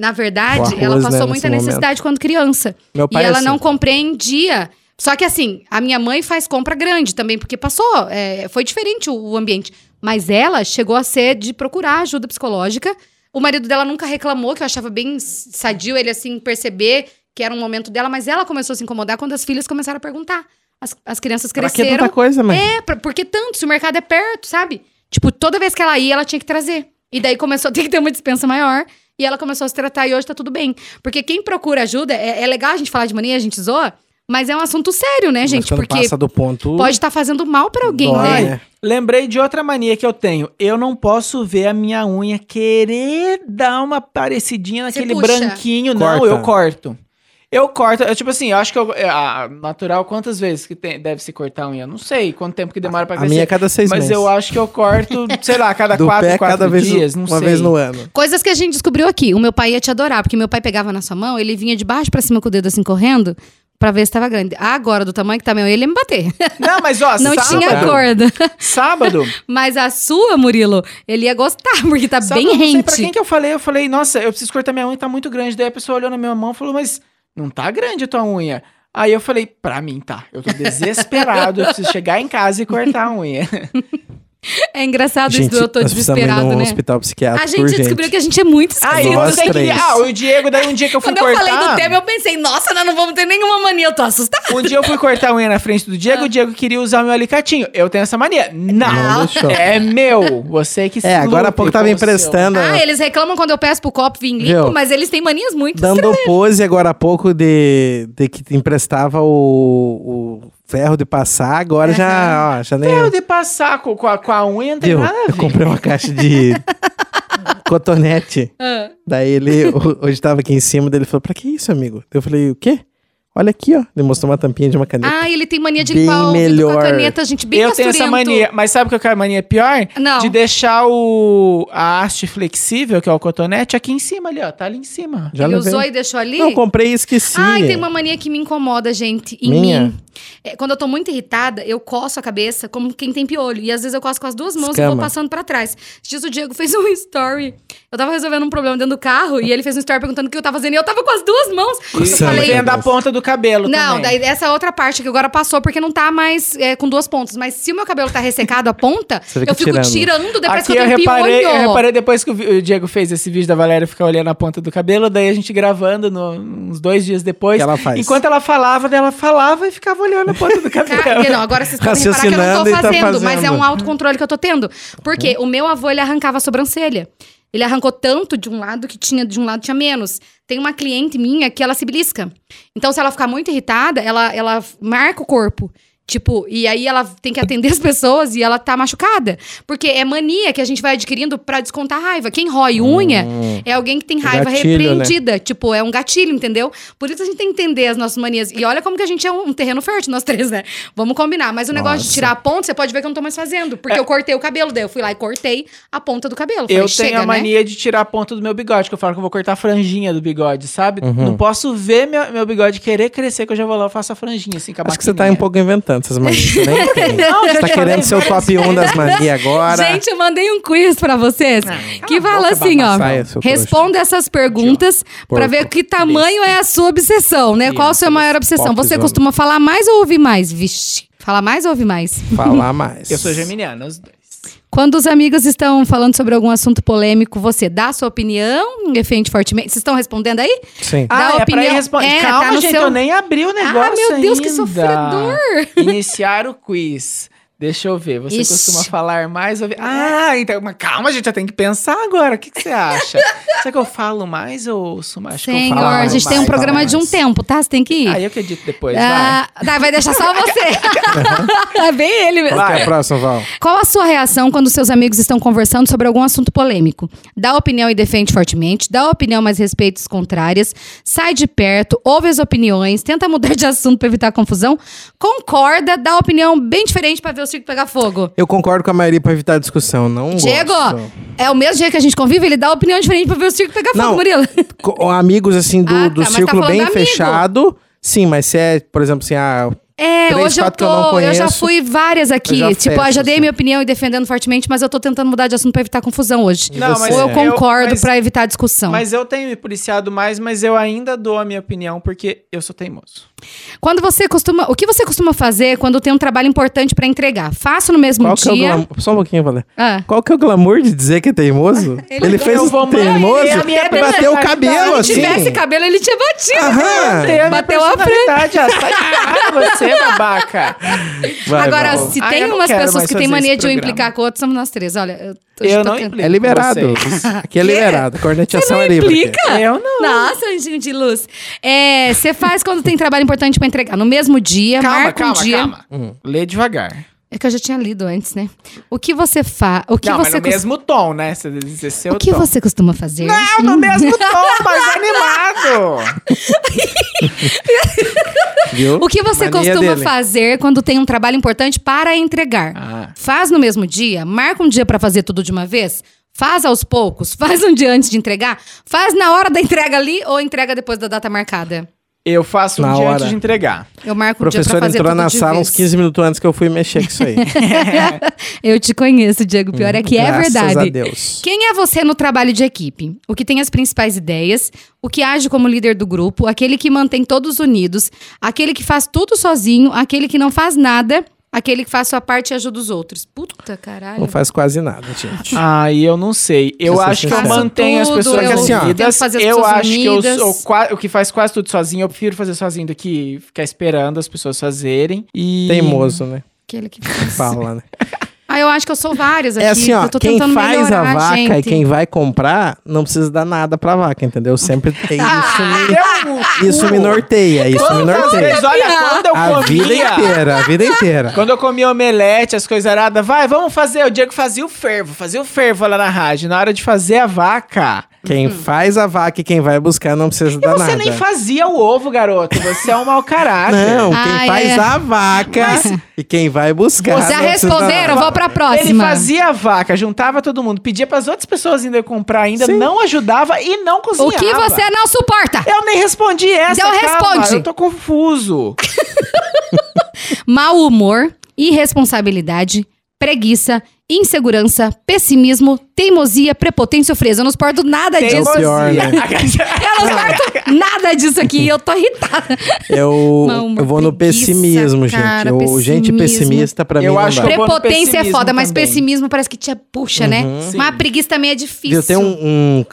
S3: Na verdade,
S1: O arroz,
S3: ela
S1: né,
S3: passou
S1: nesse
S3: muita necessidade quando criança.
S1: Meu
S3: E
S1: pai é
S3: ela
S1: assim.
S3: não compreendia. Só que assim, a minha mãe faz compra grande também, porque passou, é, foi diferente o, o ambiente. Mas ela chegou a ser de procurar ajuda psicológica. O marido dela nunca reclamou, que eu achava bem s- sadio ele assim perceber que era um momento dela, mas ela começou a se incomodar quando as filhas começaram a perguntar. As, as crianças
S1: Pra que tanta
S3: cresceram.
S1: coisa, mãe?
S3: É, pra, porque tanto, se o mercado é perto, sabe? Tipo, toda vez que ela ia, ela tinha que trazer. E daí começou a ter que ter uma dispensa maior. E ela começou a se tratar e hoje tá tudo bem. Porque quem procura ajuda, é, é legal a gente falar de mania, a gente zoa, mas é um assunto sério, né,
S1: Mas
S3: gente?
S1: quando
S3: Porque
S1: passa do ponto...
S3: pode estar fazendo mal pra alguém,
S1: dói,
S3: né?
S1: né?
S2: Lembrei de outra mania que eu tenho. Eu não posso ver a minha unha querer dar uma parecidinha
S3: Você
S2: naquele
S3: puxa.
S2: branquinho. Não,
S1: Corta.
S2: eu corto. Eu corto, eu, tipo assim, eu acho que eu, é, ah, natural, quantas vezes que tem- deve se cortar a unha? Não sei quanto tempo que demora pra
S1: A
S2: crescer.
S1: minha é cada seis
S2: mas
S1: meses.
S2: eu acho que eu corto, sei lá, cada
S1: Do
S2: quatro,
S1: pé, é
S2: quatro
S1: cada vez,
S2: dias, não
S1: uma
S2: sei.
S1: vez no ano.
S3: Coisas que a gente descobriu aqui. O meu pai ia te adorar, porque meu pai pegava na sua mão, ele vinha de baixo pra cima com o dedo assim correndo, pra ver se tava grande. Agora, do tamanho que tá meu, ele ia me bater.
S2: Não, mas ó, tá
S3: Não
S2: sábado,
S3: tinha corda.
S2: sábado,
S3: Mas a sua, Murilo, ele ia gostar, porque tá
S2: Sabe,
S3: bem
S2: eu não sei
S3: rente.
S2: pra quem que eu falei, eu falei, nossa, eu preciso cortar minha unha, tá muito grande. Daí a pessoa olhou na minha mão e falou, mas não tá grande a tua unha. Aí eu falei, pra mim tá, eu tô desesperado, eu preciso chegar em casa e cortar a unha.
S3: É engraçado
S1: Gente,
S3: isso do eu tô
S1: nós precisamos ir
S3: desesperado,
S1: num
S3: né?
S1: hospital psiquiátrico
S3: A gente descobriu que a gente é muito
S2: Aí
S3: esquisito.
S1: Nós
S2: não sei que.
S1: três.
S2: Ah, o Diego, daí um dia que eu fui
S3: Quando eu
S2: cortar.
S3: falei do tema, eu pensei, nossa, nós não vamos ter nenhuma mania, eu Ah. tô assustada.
S2: Um dia eu fui cortar a unha na frente do Diego, o Diego queria usar meu alicatinho. Eu tenho essa mania. Não,
S1: Não deixou.
S2: é meu. Você que
S1: É, agora há
S2: lute
S1: pouco
S2: com
S1: tava
S2: o seu.
S1: emprestando...
S3: Ah, eles reclamam quando eu peço pro copo vir limpo,
S1: Viu?
S3: mas eles têm manias muito
S1: Dando pose agora há pouco de, de que emprestava o, o ferro de passar, agora já, ó, já nem.
S2: Eu de passar com, com a, com a unha, não tem
S1: Viu?
S2: nada a
S1: Eu
S2: ver.
S1: comprei uma caixa de cotonete.
S3: estranhas. Ah.
S1: Daí ele, o- hoje tava aqui em cima dele falou: Pra que isso, amigo? Eu falei: O quê? Olha aqui, ó. Ele mostrou uma tampinha de uma caneta.
S3: Ah, ele tem mania de
S1: um Bem
S3: limpar o ouvido com
S1: melhor.
S3: a caneta, gente, bem
S2: eu tenho essa
S3: costurento.
S2: mania, mas sabe o que é a mania pior?
S3: Não.
S2: De deixar o, a haste flexível, que é o cotonete, aqui em cima ali, ó. Tá ali em cima.
S1: Já
S3: ele
S1: levei.
S3: usou e deixou ali?
S1: Não, comprei e esqueci.
S3: Ai, tem uma mania que me incomoda, gente, em
S1: Minha?
S3: mim. É, quando eu tô muito irritada, eu coço a cabeça como quem tem piolho. E às vezes eu coço com as duas mãos e vou
S1: Escama.
S3: passando pra trás. Esses dias o Diego fez um story. Eu tava resolvendo um problema dentro do carro e ele fez um story perguntando o que eu tava fazendo. E eu tava com as duas mãos. eu
S1: Coçando.
S3: falei,
S2: Tá Vendo a ponta do cabelo
S3: não,
S2: também.
S3: daí essa outra parte que agora passou, porque não tá mais é, com duas pontas. Mas se o meu cabelo tá ressecado a ponta,
S1: Você fica
S3: eu fico
S1: tirando.
S3: tirando, depois
S2: Aqui
S3: que
S2: eu
S3: eu tenho
S2: reparei,
S3: um piolho.
S2: eu reparei depois que o vi- o Diego fez esse vídeo da Valéria ficar olhando a ponta do cabelo, daí a gente gravando no- uns dois dias depois.
S1: Que ela faz.
S2: Enquanto ela falava, daí ela falava e ficava olhando a ponta do cabelo.
S3: Cara, não, agora vocês podem reparar que eu não
S1: Raciocinando
S3: tô
S1: e tá
S3: fazendo, mas é
S1: fazendo. Uhum.
S3: um autocontrole que eu tô tendo. Porque o meu avô, ele arrancava a sobrancelha. Ele arrancou tanto de um lado que tinha de um lado tinha menos. Tem uma cliente minha que ela se belisca. Então, se ela ficar muito irritada, ela, ela marca o corpo. Tipo, e aí ela tem que atender as pessoas e ela tá machucada. Porque é mania que a gente vai adquirindo pra descontar a raiva. Quem rói unha é alguém que tem raiva
S1: Hum. Gatilho, né?
S3: repreendida vida. Tipo, é um gatilho, entendeu? Por isso a gente tem que entender as nossas manias. E olha como que a gente é um, um terreno fértil, nós três, né? Vamos combinar. Mas o negócio de tirar a ponta, você pode ver que eu não tô mais fazendo. Porque eu cortei o cabelo, daí eu fui lá e cortei a ponta do cabelo. Falei,
S2: É. Eu
S3: chega,
S2: tenho a
S3: né?
S2: mania de tirar a ponta do meu bigode, que eu falo que eu vou cortar a franjinha do bigode, sabe?
S1: Uhum.
S2: Não posso ver meu, meu bigode querer crescer, que eu já vou lá e faço a franjinha, assim, com a
S1: Acho que você tá um
S2: maquininha.
S1: pouco inventando essas manias. né? Você nem tem.
S2: Não,
S1: Você
S2: já
S1: tá
S2: te falei
S1: querendo ser o
S2: várias
S1: top 1 das manias agora.
S3: Gente, eu mandei um quiz pra vocês que fala assim, ó.
S2: é
S1: Saia, seu trouxa.
S3: Responda essas perguntas pra ver que tamanho é a sua obsessão, né? Qual a sua maior obsessão? Você
S1: popzona.
S3: costuma falar mais ou ouvir mais? Vixe, falar mais ou ouvir mais?
S1: Falar mais.
S2: Eu sou geminiana, os dois.
S3: Quando os amigos estão falando sobre algum assunto polêmico, você dá a sua opinião, defende fortemente. Vocês estão respondendo aí?
S1: Sim.
S3: Dá
S2: Ah, é pra
S3: opinião.
S2: ir responder.
S3: É,
S2: Calma,
S3: tá no
S2: gente,
S3: seu-
S2: eu nem abri o É negócio
S3: Ah, meu Deus, que
S2: ainda.
S3: sofredor.
S2: Iniciar o quiz. Deixa eu ver, você
S3: Ixi.
S2: costuma falar mais ou... Ah, então, mas calma, gente, eu tenho que pensar agora. O que, que você acha? Será que eu falo mais ou ouço mais? Acho que eu
S3: Senhor,
S2: falo
S3: a gente
S2: mais.
S3: tem
S1: fala
S3: um programa de um
S1: mais.
S3: tempo, tá? Você tem que ir.
S2: Aí eu acredito depois, vai.
S3: Ah, tá, vai deixar só você. é bem ele mesmo.
S1: Qual que é a próxima, Val?
S3: Qual a sua reação quando seus amigos estão conversando sobre algum assunto polêmico? Dá opinião e defende fortemente, dá opinião, mas respeita as contrárias, sai de perto, ouve as opiniões, tenta mudar de assunto pra evitar confusão, concorda, dá opinião bem diferente pra ver o circo pegar fogo.
S1: Eu concordo com a maioria pra evitar a discussão. Não
S3: Diego,
S1: gosto.
S3: é o mesmo dia que a gente convive, ele dá opinião diferente pra ver o circo pegar fogo,
S1: Não.
S3: Murilo.
S1: Co- Amigos, assim, do,
S3: Ah, tá,
S1: do
S3: mas tá
S1: círculo
S3: falando
S1: bem
S3: amigo.
S1: fechado. Sim, mas se é, por exemplo, assim, ah,
S3: É,
S1: Três,
S3: hoje eu
S1: quatro
S3: tô.
S1: que eu não
S3: eu já
S1: conheço,
S3: fui várias aqui.
S1: eu já
S3: tipo,
S1: fecho,
S3: ah, já dei
S1: assim.
S3: minha opinião e defendendo fortemente, mas eu tô tentando mudar de assunto pra evitar confusão hoje.
S1: Não, mas
S3: Ou eu
S1: é.
S3: concordo
S2: mas-
S3: pra evitar discussão.
S2: Mas eu tenho me policiado mais, mas eu ainda dou a minha opinião, porque eu sou teimoso.
S3: Quando você costuma, o que você costuma fazer quando tem um trabalho importante pra entregar? Faço no mesmo
S1: qual que é
S3: dia.
S1: o glamour? Só um pouquinho, Valer.
S3: Ah.
S1: Qual que é o glamour de dizer que é teimoso? Ele, fez
S2: eu
S1: o
S2: vou mandar ele, a
S1: teimoso
S2: minha
S1: e bateu o
S2: personalidade.
S1: cabelo,
S2: Se
S1: assim.
S3: tivesse cabelo, ele tinha batido.
S1: Aham.
S2: Tem a minha
S3: Bateu a
S2: personalidade, ó. Sai de casa, você, babaca.
S1: Vai,
S3: Agora,
S1: Val.
S3: se
S2: Ai,
S3: tem
S2: eu não
S3: umas
S2: quero
S3: pessoas
S2: mais
S3: que têm
S2: fazer
S3: mania
S2: esse
S3: de um
S2: programa.
S3: implicar com o outro, somos nós três. Olha, eu tô,
S2: Eu
S3: hoje
S2: não
S3: tô can-
S2: implico.
S1: É liberado.
S2: Vocês.
S1: Aqui é liberado. Cornetiação é livre.
S3: Implica?
S2: Eu não.
S3: Nossa, anjinho de luz. É, Você faz quando tem trabalho importante pra entregar. No mesmo dia,
S2: Calma,
S3: marca um
S2: calma,
S3: dia.
S2: calma.
S1: Hum.
S2: Lê devagar.
S3: É que eu já tinha lido antes, né? O que você faz. O que
S2: não, mas
S3: você
S2: no
S3: costuma.
S2: mesmo tom, né? Você diz esse é
S3: O que
S2: tom.
S3: você costuma fazer?
S2: Não, no mesmo tom, mas animado.
S1: Viu?
S3: O que você
S1: Mania
S3: costuma
S1: dele.
S3: fazer quando tem um trabalho importante para entregar?
S2: Ah.
S3: Faz no mesmo dia? Marca um dia pra fazer tudo de uma vez? Faz aos poucos? Faz um dia antes de entregar? Faz na hora da entrega ali ou entrega depois da data marcada?
S2: Eu faço um
S1: Na
S2: dia
S1: hora.
S2: antes de entregar.
S3: Eu marco
S1: O
S3: um dia pra
S1: professor
S3: fazer
S1: entrou
S3: tudo
S1: na
S3: de
S1: sala
S3: vez.
S1: uns 15 minutos antes que eu fui mexer com isso aí.
S3: Eu te conheço, Diego. Pior é que é
S1: Hum, Graças
S3: verdade.
S1: a Deus.
S3: Quem é você no trabalho de equipe? O que tem as principais ideias, o que age como líder do grupo, aquele que mantém todos unidos, aquele que faz tudo sozinho, aquele que não faz nada, aquele que faz sua parte e ajuda os outros. Puta caralho.
S1: Não faz quase nada, gente.
S2: Aí eu não sei. Eu
S1: Vocês
S2: acho que eu
S1: façam
S2: mantenho as
S3: tudo,
S2: pessoas
S1: eu
S2: assim,
S1: tento
S2: unidas.
S3: fazer as
S2: eu
S3: pessoas
S2: acho que eu
S3: unidas.
S2: sou qua- o que faz quase tudo sozinho. Eu prefiro fazer sozinho do que ficar esperando as pessoas fazerem. E...
S1: Teimoso, né?
S3: Aquele que faz.
S1: Fala, né?
S3: Ah, eu acho que eu sou várias aqui.
S1: É assim, ó.
S3: eu tô
S1: Quem
S3: tentando
S1: faz
S3: melhorar,
S1: a vaca
S3: gente.
S1: e quem vai comprar, não precisa dar nada pra vaca, entendeu? Sempre tem
S3: Ah.
S1: isso
S2: Eu,
S1: me, isso me norteia. Isso me
S2: Quando
S1: norteia.
S2: vocês, olha, quando eu
S1: A vida
S2: comia...
S1: inteira, a vida inteira.
S2: Quando eu comia omelete, as coisas aradas, vai, vamos fazer. O Diego fazia o fervo, fazia o fervo lá na rádio. Na hora de fazer a vaca,
S1: Quem faz a vaca e quem vai buscar não precisa
S2: E
S1: ajudar
S2: você
S1: nada.
S2: nem fazia o ovo, garoto. Você é um mau caráter.
S1: Não, quem
S3: Ai,
S1: faz
S3: é.
S1: a vaca e quem vai buscar.
S3: Vocês já
S1: não precisa dar
S3: responderam,
S1: nada.
S3: vou pra próxima.
S2: Ele fazia a vaca, juntava todo mundo, pedia pras outras pessoas ainda comprar ainda,
S1: Sim.
S2: não ajudava e não
S3: O
S1: assim,
S2: cozinhava.
S3: que você não suporta?
S2: Eu nem respondi essa,
S3: Então
S2: calma,
S3: responde.
S2: Eu tô confuso.
S3: Mau humor, irresponsabilidade, preguiça, insegurança, pessimismo, teimosia, prepotência ou frieza. Eu não suporto nada disso.
S1: Teimosia. pior,
S2: né?
S3: Eu não suporto nada disso aqui. Eu tô irritada.
S1: Eu,
S3: Não, uma
S1: eu vou no
S3: preguiça,
S1: pessimismo,
S3: cara,
S1: gente. Eu- Gente
S3: pessimismo.
S1: pessimista pra mim
S2: Eu
S1: não
S2: acho
S1: dá.
S2: que eu vou no
S3: Prepotência é
S2: pessimismo
S3: foda, mas
S2: também.
S3: pessimismo parece que te puxa, né?
S1: Uhum.
S3: Mas a
S2: Sim.
S3: preguiça também é difícil.
S1: Eu tenho um,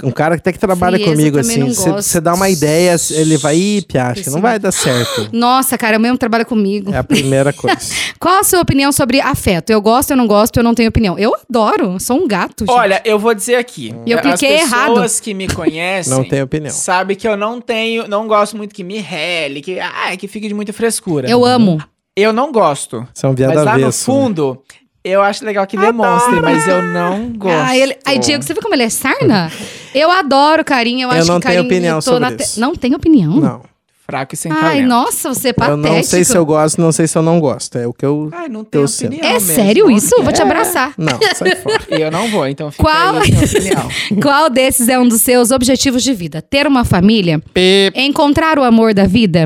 S1: um, um cara que até que trabalha
S3: Frieza,
S1: comigo,
S3: eu também
S1: assim.
S3: não gosto.
S1: Você dá uma ideia, ele vai, ih, Pia, acho que não
S3: Pessimista.
S1: vai dar certo.
S3: Nossa, cara, o mesmo trabalho comigo.
S1: É a primeira coisa.
S3: Qual a sua opinião sobre afeto? Eu gosto, eu não gosto, eu não tenho opinião. Eu adoro, sou um gato. gente.
S2: Olha, eu vou dizer aqui.
S3: E eu cliquei
S2: As pessoas que me conhecem
S1: Não tenho opinião.
S2: sabem que eu não tenho, não gosto muito que me rele, que, ah, que fique de muita frescura.
S3: eu amo.
S2: Eu não gosto.
S1: São
S2: Mas
S1: viada
S2: lá no
S1: avesso. né?
S2: fundo, eu acho legal que demonstre, mas eu não gosto.
S3: Ah, ele, aí, Diego, você viu como ele é sarna? Eu adoro carinho, eu,
S1: Eu
S3: acho
S1: não
S3: que carinho...
S1: tenho opinião
S3: eu tô
S1: sobre
S3: na te-
S1: isso.
S3: Não tem opinião?
S1: Não.
S2: Fraco e sem
S3: Ai,
S2: talento.
S3: nossa, você é
S1: Eu
S3: patético.
S1: não sei se eu gosto, não sei se eu não gosto. É o que eu.
S2: Ai, não tem
S1: Eu sei.
S2: opinião
S3: É
S2: mesmo.
S3: sério isso? Eu Vou te abraçar.
S1: Não, sai fora.
S2: Eu não vou, então fica
S3: Qual-
S2: aí a minha opinião.
S3: Qual desses é um dos seus objetivos de vida? Ter uma família? Encontrar o amor da vida?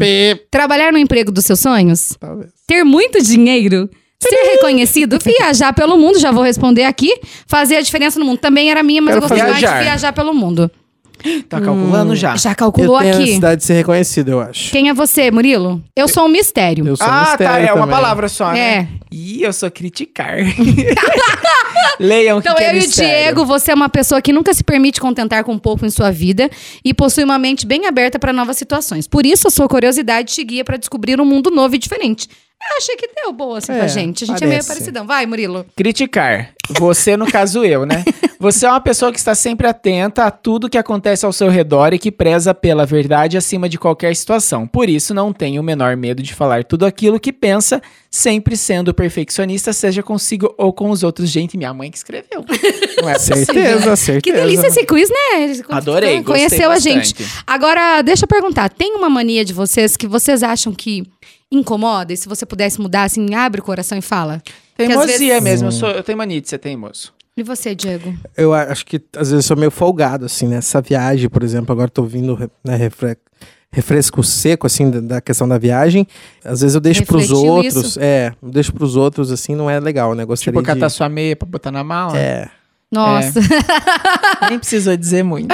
S3: Trabalhar no emprego dos seus sonhos?
S1: Talvez.
S3: Ter muito dinheiro? Ser reconhecido? Viajar pelo mundo, já vou responder aqui. Fazer a diferença no mundo. Também era minha, mas
S1: Quero
S3: eu gostei mais
S2: viajar.
S3: de viajar pelo mundo.
S2: Tá calculando já.
S3: Hum, Já
S1: Eu
S3: calculou
S1: tenho a
S3: aqui.
S1: necessidade de ser reconhecido, eu acho.
S3: Quem é você, Murilo? Eu sou um mistério.
S1: Eu sou um
S2: Ah, tá,
S1: mistério
S2: é uma
S1: também.
S2: palavra só, né?
S3: É.
S2: Ih, eu sou criticar. Leiam
S1: um
S2: o que
S3: Então,
S2: que é
S3: eu e o
S2: mistério.
S3: Diego, você é uma pessoa que nunca se permite contentar com um pouco em sua vida e possui uma mente bem aberta para novas situações. Por isso, a sua curiosidade te guia para descobrir um mundo novo e diferente. Eu achei que deu boa assim pra
S1: É,
S3: gente. A gente é
S1: parece.
S3: meio parecidão. Vai, Murilo.
S2: Criticar. Você, no caso eu, né? Você é uma pessoa que está sempre atenta a tudo que acontece ao seu redor e que preza pela verdade acima de qualquer situação. Por isso, não tem o menor medo de falar tudo aquilo que pensa, sempre sendo perfeccionista, seja consigo ou com os outros. Gente, minha mãe que escreveu. Não é possível.
S1: Certeza, certeza.
S3: Que delícia esse quiz, né? Ele
S2: Adorei. gostei
S3: Conheceu a gente.
S2: bastante.
S3: Agora, deixa eu perguntar. Tem uma mania de vocês que vocês acham que incomoda? E se você pudesse mudar, assim, abre o coração e fala. às
S2: Teimosia
S3: vezes-
S2: mesmo. Eu, sou, eu tenho mania de ser teimoso.
S3: E você, Diego?
S1: Eu a- acho que às vezes eu sou meio folgado, assim, nessa viagem, por exemplo. Agora tô vindo re- né, refre- refresco seco, assim, da, da questão da viagem. Às vezes eu deixo pros
S3: Refletiu
S1: outros.
S3: isso?
S1: É, eu deixo pros outros, assim, não é legal, né? Gostaria
S2: Tipo, catar
S1: de...
S2: sua meia pra botar na mala.
S1: É.
S3: Nossa.
S2: Nem precisou dizer muito.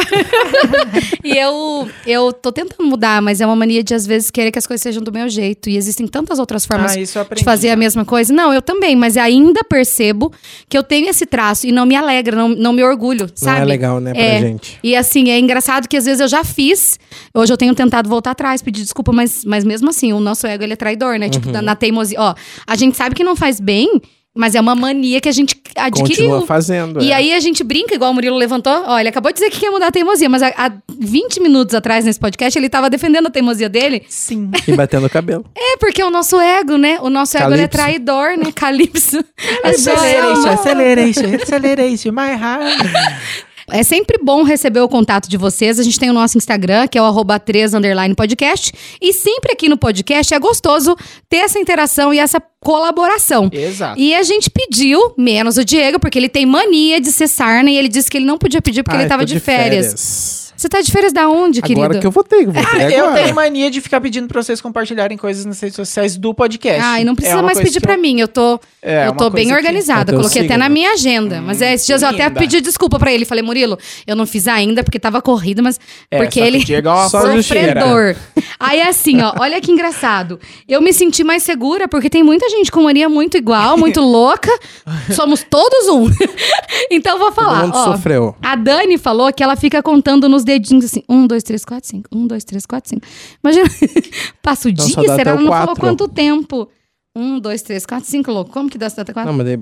S3: E eu, eu tô tentando mudar, mas é uma mania de às vezes querer que as coisas sejam do meu jeito. E existem tantas outras formas
S2: Ah, isso eu
S3: de
S2: aprendi.
S3: fazer a mesma coisa. Não, eu também, mas ainda percebo que eu tenho esse traço e não me alegra, não, não me orgulho, sabe?
S1: Não é legal, né, pra
S3: É.
S1: gente.
S3: E assim, é engraçado que às vezes eu já fiz. Hoje eu tenho tentado voltar atrás, pedir desculpa, mas, mas mesmo assim, o nosso ego ele é traidor, né?
S1: Uhum.
S3: Tipo, na, na teimosia. Ó, a gente sabe que não faz bem, mas é uma mania que a gente adquiriu.
S1: Continua fazendo.
S3: E
S1: é.
S3: aí a gente brinca, igual o Murilo levantou. Ó, ele acabou de dizer que quer mudar a teimosia, mas há há 20 minutos atrás nesse podcast ele tava defendendo a teimosia dele.
S2: Sim.
S1: E batendo o cabelo.
S3: É porque o nosso ego, né? O nosso ego ele é
S1: Calypso.
S3: traidor, né? Calypso. É só-
S2: Acceleration, acceleration, acceleration, my heart.
S3: É sempre bom receber o contato de vocês. A gente tem o nosso Instagram, que é o arroba 3 underline podcast. E sempre aqui no podcast é gostoso ter essa interação e essa colaboração.
S2: Exato.
S3: E a gente pediu, menos o Diego, porque ele tem mania de ser sarna e ele disse que ele não podia pedir porque
S1: Ah,
S3: ele
S1: eu
S3: tava
S1: tô
S3: de, férias.
S1: férias.
S3: Você tá de férias da onde,
S1: Agora
S3: querido?
S1: que eu votei, eu votei
S2: Eu
S1: agora.
S2: tenho mania de ficar pedindo pra vocês compartilharem coisas nas redes sociais do podcast.
S3: Ai, não precisa
S2: É uma
S3: mais
S2: coisa
S3: pedir
S2: que
S3: pra mim. Eu tô,
S2: é
S3: eu
S2: uma
S3: tô bem
S2: coisa que-
S3: organizada.
S1: É teu
S3: Coloquei até
S1: signo.
S3: na minha agenda. mas é, esses dias eu até
S2: linda.
S3: pedi desculpa pra ele. Falei, Murilo, eu não fiz ainda porque tava corrido, mas.
S2: É,
S3: porque
S2: só que
S3: ele.
S2: o Diego é uma
S1: Só justiça.
S3: Sofredor. Aí assim, ó, olha que engraçado. Eu me senti mais segura porque tem muita gente com mania muito igual, muito louca. Somos todos um. então vou
S1: Todo
S3: falar.
S1: mundo
S3: ó,
S1: sofreu.
S3: a Dani falou que ela fica contando nos dedinhos assim: um, dois, três, quatro, cinco. Um, dois, três, quatro, cinco. Imagina. Passa o
S1: Então,
S3: dia,
S1: só dá
S3: será?
S1: até
S3: Ela
S1: o
S3: não falou
S1: quatro.
S3: quanto tempo. Um, dois, três, quatro, cinco, louco. Como que dá essa data quatro?
S1: Não, mas daí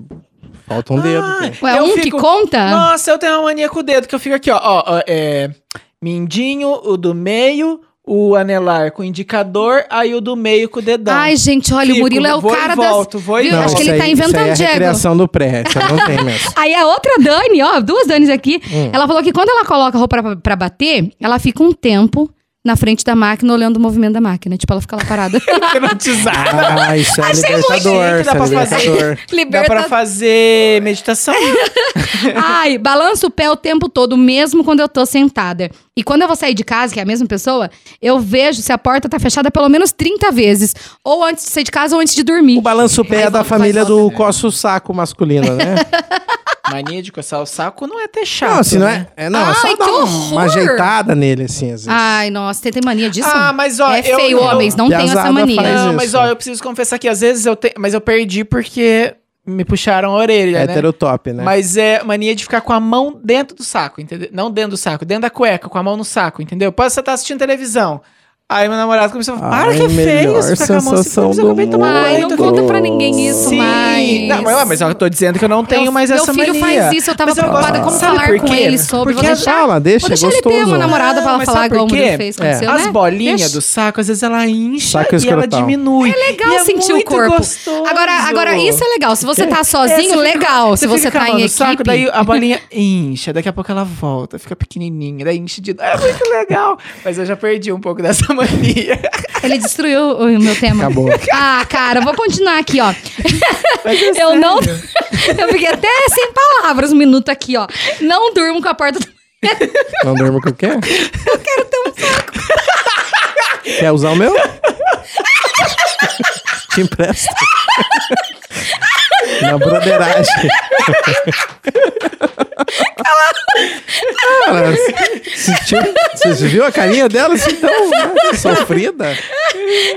S1: falta um dedo. cara.
S3: Ué,
S2: eu
S3: um que
S2: fico-
S3: conta?
S2: Nossa, eu tenho uma mania com o dedo, que eu fico aqui, ó. ó ó, é, mindinho, o do meio, o anelar com o indicador, aí o do meio com o dedão.
S3: Ai, gente, olha,
S2: Fico,
S3: o Murilo é o
S2: vou e
S3: cara das.
S2: volto, Vou e
S3: Viu?
S2: volto.
S3: Acho que ele
S1: isso
S3: tá
S1: aí- isso
S3: inventando,
S1: aí é
S3: Diego.
S1: a criação do pré, essa não tem mesmo.
S3: Aí a outra Dani, ó, duas Danis aqui,
S2: Hum.
S3: ela falou que quando ela coloca a roupa pra, pra bater, ela fica um tempo na frente da máquina olhando o movimento da máquina. Tipo, ela fica lá parada.
S2: hipnotizado.
S1: Ah, isso é
S3: Achei muito
S1: libertador,
S2: chique,
S1: isso
S2: dá
S1: é
S2: pra fazer.
S1: libertador.
S2: Dá pra
S3: Liberta.
S2: fazer meditação?
S3: Ai, balança o pé o tempo todo, mesmo quando eu tô sentada. E quando eu vou sair de casa, que é a mesma pessoa, eu vejo se a porta tá fechada pelo menos 30 vezes. Ou antes de sair de casa ou antes de dormir.
S1: O balanço pé é da
S3: faz
S1: família
S3: volta,
S1: do coço saco masculino, né?
S2: Mania de coçar o saco não é ter chato.
S1: Não, assim, não
S2: né?
S1: é. é não, é
S3: Ai,
S1: só
S3: que
S1: dar um-
S3: horror!
S1: uma ajeitada nele, assim, às vezes.
S3: Ai, nossa, tem, tem mania disso?
S2: Ah, mas ó,
S3: é
S2: eu-
S3: feio,
S2: eu-
S3: homens, não tenho essa
S1: Piazada
S3: mania.
S1: faz
S2: Não,
S1: isso.
S2: mas ó, eu preciso confessar que às vezes eu tenho. Mas eu perdi porque me puxaram a
S3: é,
S2: orelha, né?
S1: Heterotop, né?
S2: Mas é mania de ficar com a mão dentro do saco, entendeu? Não dentro do saco, dentro da cueca, com a mão no saco, entendeu? Pode você estar assistindo televisão. Aí meu namorado começou a falar, para
S1: Ai,
S2: que é feio
S1: melhor
S2: isso, ficar com a mão assim,
S1: sensação
S2: mas eu
S1: do
S2: acabei de tomar
S3: Ai,
S2: banho,
S3: não
S2: tô
S3: conta
S2: com-"
S3: pra ninguém isso
S2: Sim.
S3: mais.
S2: Não, mas, ó, mas ó, eu tô dizendo que eu não tenho mais
S3: meu
S2: essa
S3: filho
S2: mania.
S3: faz isso, eu tava
S2: Mas eu
S3: preocupada
S2: gosto-
S3: como
S2: sabe
S3: falar
S2: por
S3: com
S2: quê?
S3: ele sobre.
S2: Porque
S3: vou
S2: as-
S3: deixar,
S1: Fala, deixa,
S3: vou
S1: é
S3: deixar ele ter uma
S1: gostoso.
S3: namorada pra
S2: Não,
S3: ela
S2: mas
S3: falar
S2: sabe por
S3: igual o Murilo
S2: quê?
S3: fez com
S1: É.
S3: seu,
S2: As
S3: né?
S2: bolinhas
S3: Deixa.
S2: do saco, às vezes ela incha
S1: Saco e
S2: e ela
S1: escrotal.
S2: diminui. É
S3: legal sentir o
S2: muito
S3: corpo.
S2: Gostoso.
S3: Agora, agora, isso é legal. Se você tá
S2: É,
S3: sozinho,
S2: você fica-
S3: legal. Se você
S2: fica
S3: tá
S2: lá
S3: em
S2: no
S3: equipe.
S2: Saco, daí a bolinha incha, daqui a pouco ela volta, fica pequenininha, daí enche de. É muito legal. Mas eu já perdi um pouco dessa mania.
S3: Ele destruiu o meu tema.
S1: Acabou.
S3: Ah, cara, vou continuar aqui, ó.
S2: Mas é
S3: Eu
S2: sério.
S3: não. Eu fiquei até sem palavras um minuto aqui, ó. Não durmo com a porta. do-
S1: Não durmo com o quê? Eu quero ter um saco. Quer usar o meu? Te empresto. Na broderagem. Ela sentiu, você viu a carinha dela assim tão né, sofrida?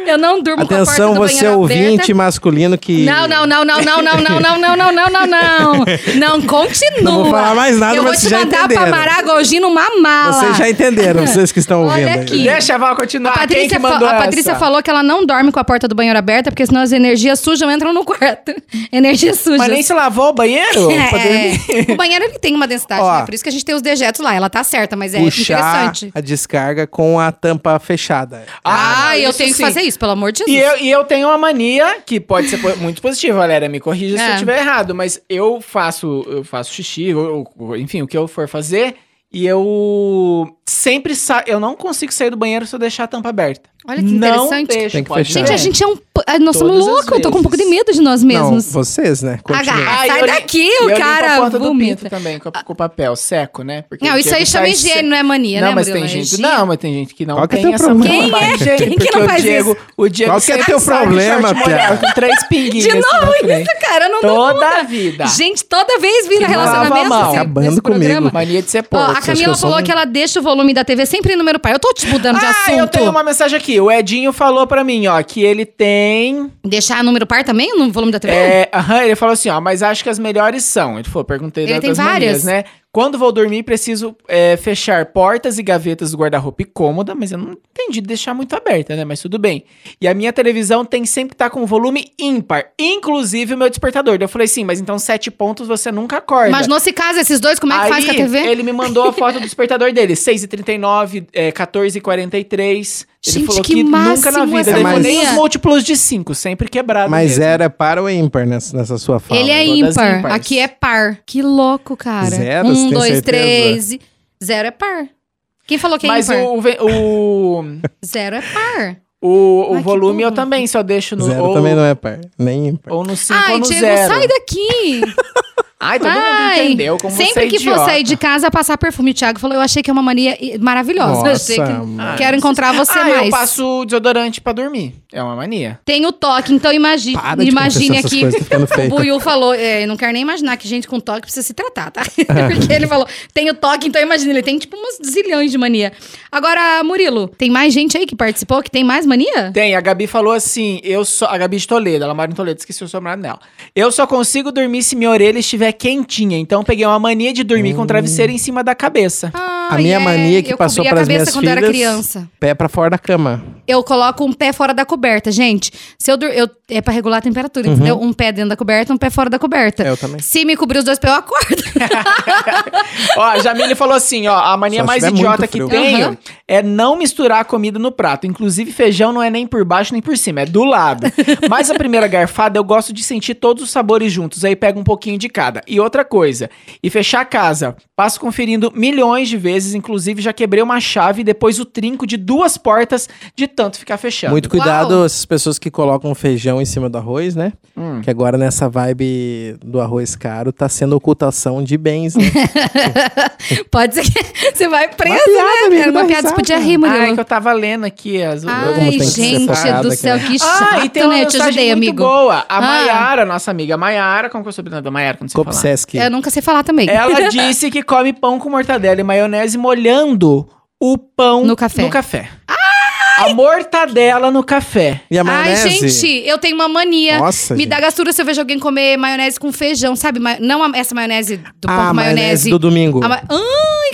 S3: Eu não durmo
S1: Atenção,
S3: com a porta do
S1: você
S3: banheiro
S1: ouvinte
S3: aberta.
S1: masculino que.
S3: Não, não, não, não, não, não, não, não, não, não, não, não, não. Não, continua.
S1: Não vou falar mais nada,
S3: Eu
S1: mas
S3: vou te
S1: vocês já
S3: mandar pra
S1: entenderam.
S3: Maragogi numa mala.
S1: Vocês já entenderam, Ah, vocês que estão
S3: Olha
S1: ouvindo. aí.
S3: aqui.
S2: Deixa a Val continuar.
S3: A
S2: Quem
S3: Patrícia,
S2: que
S3: fa-
S2: mandou
S3: a Patrícia
S2: essa?
S3: falou que ela não dorme com a porta do banheiro aberta, porque senão as energias sujas entram no quarto. Energias sujas.
S2: Mas nem se lavou o banheiro? pra dormir.
S3: É, o banheiro ele tem uma densidade,
S1: Ó.
S3: né? Por isso que a gente tem os dejetos lá. Ela tá certa, mas é
S1: puxar
S3: interessante.
S1: a descarga com a tampa fechada.
S3: Ah, eu
S2: isso
S3: tenho que
S2: sim.
S3: fazer isso, pelo amor de
S2: E
S3: Jesus.
S2: eu, e eu tenho uma mania que pode ser po- muito positiva, Valéria. Me corrija se
S3: É.
S2: eu estiver errado, mas eu faço, eu faço xixi, ou, ou- enfim, o que eu for fazer, e eu sempre sa eu não consigo sair do banheiro se eu deixar a tampa aberta.
S3: Olha que
S2: não
S3: interessante.
S2: Deixo,
S1: Tem que
S2: pode
S1: fechar.
S3: Gente, a
S2: ver.
S3: gente é um. p- ah, Nós somos
S2: Todas as
S3: loucos. Eu tô com um pouco de
S2: vezes.
S3: medo de nós
S1: Não,
S3: mesmos.
S1: voces, né?
S3: Ah,
S1: Continua.
S2: Ah,
S3: sai
S2: eu li-
S3: daqui,
S2: E eu
S3: o
S2: limpo a
S3: cara
S2: porta do pinto
S3: vomita.
S2: também com, a- com papel seco, né? Porque
S3: Não,
S2: o
S3: isso aí
S2: Diego
S3: chama
S2: sai
S3: higiene,
S2: se-
S3: não é mania,
S2: não,
S3: né,
S2: mas
S3: Murilo?
S2: tem
S3: É
S2: gente,
S3: higiene.
S2: não, mas tem gente que não
S1: Qual que é
S2: tem
S1: teu
S2: essa
S1: problema?
S2: mão
S3: Quem é?
S2: higiene,
S3: Quem que
S2: porque
S3: não
S2: o
S3: faz
S2: Diego,
S3: isso?
S2: O Diego
S1: Qual que é
S2: sempre
S1: teu
S2: sai de
S1: problema,
S2: short
S1: Pia?
S2: molhado, Com três pinguinhas.
S3: De
S2: assim na
S3: novo
S2: frente.
S3: isso, cara. Não dou
S2: Toda
S3: conta.
S2: a vida.
S3: Gente, toda vez vira
S2: Que
S3: relacionamento.
S2: lava a mão.
S3: nesse-
S1: Acabando
S3: nesse
S1: comigo.
S3: programa.
S2: Mania de ser
S3: Ó,
S2: porco.
S3: a
S1: acho que
S3: Camila
S1: eu sou
S3: falou
S2: né?
S1: um-
S3: que ela deixa o volume da TV sempre no número par. Eu tô te mudando de
S2: ah,
S3: assunto.
S2: eu tenho uma mensagem aqui. O Edinho falou pra mim, ó, que ele
S3: Hum.
S2: tem...
S3: Deixar número par também no volume da TV?
S2: é, aham, ele falou assim, ó, mas acho que as melhores são. Ele falou, perguntei
S3: Ele
S2: da-
S3: tem
S2: das manias,
S3: várias?
S2: né? Quando vou dormir, preciso é, fechar portas e gavetas do guarda-roupa e cômoda, mas eu não entendi de deixar muito aberta, né? Mas tudo bem. E a minha televisão tem sempre que estar com volume ímpar, inclusive o meu despertador. Daí Eu falei assim, mas então sete pontos você nunca acorda.
S3: Mas não se casa esses dois, como é que
S2: Aí,
S3: faz com a TV?
S2: Ele me mandou a foto do despertador dele, 6h39, é, 14h43. Ele
S3: Gente,
S2: falou
S3: que
S2: que, nunca
S3: máximo
S2: na
S3: essa é
S2: vida. Ele falou, nem
S1: mania.
S2: os múltiplos de 5, sempre quebrado.
S1: Mas
S2: mesmo.
S1: era para ou ímpar nessa, nessa sua fala?
S3: Ele é
S2: igual das
S3: ímpar.
S2: ímpares.
S3: Aqui é par. Que louco, cara.
S1: Zero, você
S3: um,
S1: tem
S3: dois,
S1: certeza?
S3: três. e- Zero é par. Quem falou que é
S2: Mas
S3: ímpar?
S2: o, ve- o,
S3: Zero é par.
S2: o, o
S3: Ai, que
S2: volume eu
S3: bobo.
S2: também só deixo no.
S1: Zero
S2: ou,
S1: também não é par, nem ímpar.
S2: ou no 5 ou
S3: Ai,
S2: no
S3: Diego,
S2: 0.
S3: sai daqui.
S2: Ai, todo mundo
S3: Ai,
S2: entendeu como você é
S3: Sempre que
S2: idiota.
S3: for sair de casa, passar perfume. O Thiago falou, eu achei que é uma mania i- maravilhosa. Eu achei que-
S1: mano.
S3: Quero encontrar você é
S2: ah,
S3: mais.
S2: eu passo desodorante pra dormir. É uma mania.
S3: Tem o toque, então imagine,
S1: Para de
S3: imagine
S1: confessar
S3: aqui.
S1: essas coisas, tá ficando
S3: O
S1: feio.
S3: Buiu falou, é, não quero nem imaginar que gente com toque precisa se tratar, tá? Porque ele falou, tem o toque, então imagina, ele tem tipo umas zilhões de mania. Agora, Murilo, tem mais gente aí que participou que tem mais mania?
S2: Tem, a Gabi falou assim, eu só... A Gabi de Toledo, ela mora em Toledo, esqueci o sobrenome dela. Eu só consigo um dormir se minha orelha estiver quentinha, então peguei uma mania de dormir com o travesseiro em cima da cabeça.
S1: A minha
S3: é,
S1: mania que
S3: eu
S1: passou
S3: cobria a
S1: pras
S3: cabeça
S1: minhas
S3: quando eu era
S1: filhas-
S3: criança.
S1: Pé pra fora da cama.
S3: Eu coloco um pé fora da coberta, gente. Se eu, dur- eu é pra regular a temperatura, entendeu? Um pé dentro da coberta, um pé fora da coberta.
S1: É, Uhum. eu também.
S3: Se me cobrir os dois pés, eu acordo.
S2: Ó, a Jamile falou assim, ó, a mania
S1: Só se
S2: mais
S1: tiver muito
S2: idiota que
S1: frio.
S2: tenho
S3: Aham.
S2: é não misturar a comida no prato. Inclusive, feijão não é nem por baixo nem por cima, é do lado. Mas a primeira garfada eu gosto de sentir todos os sabores juntos, aí pega um pouquinho de cada. E outra coisa, e fechar a casa. Passo conferindo milhões de vezes, inclusive já quebrei uma chave e depois o trinco de duas portas de tanto ficar fechando.
S1: Muito
S3: Uau.
S1: cuidado essas pessoas que colocam feijão em cima do arroz, né?
S2: Hum.
S1: Que agora nessa vibe do arroz caro tá sendo ocultação de bens, né?
S3: Pode ser que você vai preso,
S1: piada,
S3: né?
S1: amigo,
S3: Era uma
S1: dá
S3: piada, você
S1: risada.
S3: podia rir,
S2: Ai,
S3: Murilo.
S2: que eu tava lendo aqui as...
S1: Como
S3: Ai,
S1: tem que ser
S3: gente
S1: separado
S3: do
S1: aqui, né?
S3: céu,
S2: Ah,
S3: que
S2: e
S3: chato,
S2: tem uma
S3: né? Eu te
S2: mensagem
S3: ajudei,
S2: muito
S3: amigo.
S2: boa. A
S3: Ah.
S2: Maiara, nossa amiga Maiara, como que eu soube o nome da Maiara? que eu não sei falar.
S1: Copsesc.
S3: É, Eu nunca sei falar também.
S2: Ela disse que come pão com mortadela e maionese molhando o pão
S3: No café.
S2: A mortadela no café.
S1: E a
S3: Ai,
S1: maionese?
S3: gente, eu tenho uma mania.
S1: Nossa,
S3: Me
S1: gente.
S3: dá um gastura se eu vejo alguém comer maionese com feijão, sabe? Ma- Não a- essa maionese do pão
S1: Ah,
S3: com maionese.
S1: do domingo.
S3: A ma- Ai,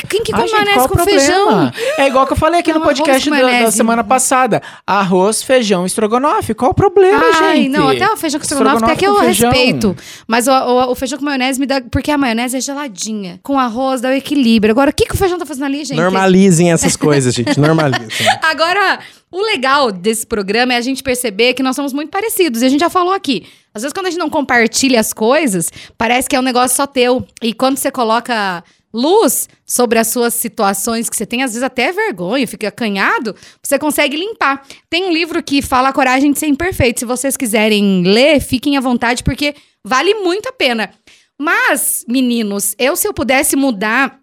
S3: quem que
S2: Ai,
S3: come
S2: Ah, gente,
S3: maionese
S2: qual o
S3: com feijão?
S2: problema? É igual que eu falei aqui
S3: Não,
S2: no
S3: arroz
S2: podcast
S3: com
S2: da, da
S3: maionese.
S2: semana passada. Arroz, feijão, estrogonofe. Qual o problema,
S3: Ai,
S2: gente?
S3: não, até o feijão com estrogonofe, até que eu
S2: com feijão.
S3: respeito. Mas o, o- o feijão com maionese me dá. Porque a maionese é geladinha. Com arroz dá o equilíbrio. Agora, o que, que o feijão tá fazendo ali, gente?
S1: Normalizem essas coisas, gente. Normalizem.
S3: Agora, o legal desse programa é a gente perceber que nós somos muito parecidos. E a gente já falou aqui. Às vezes, quando a gente não compartilha as coisas, parece que é um negócio só teu. E quando você coloca luz sobre as suas situações que você tem, às vezes até é vergonha, fica acanhado, você consegue limpar. Tem um livro que fala a coragem de ser imperfeito. Se vocês quiserem ler, fiquem à vontade, porque vale muito a pena. Mas, meninos, eu se eu pudesse mudar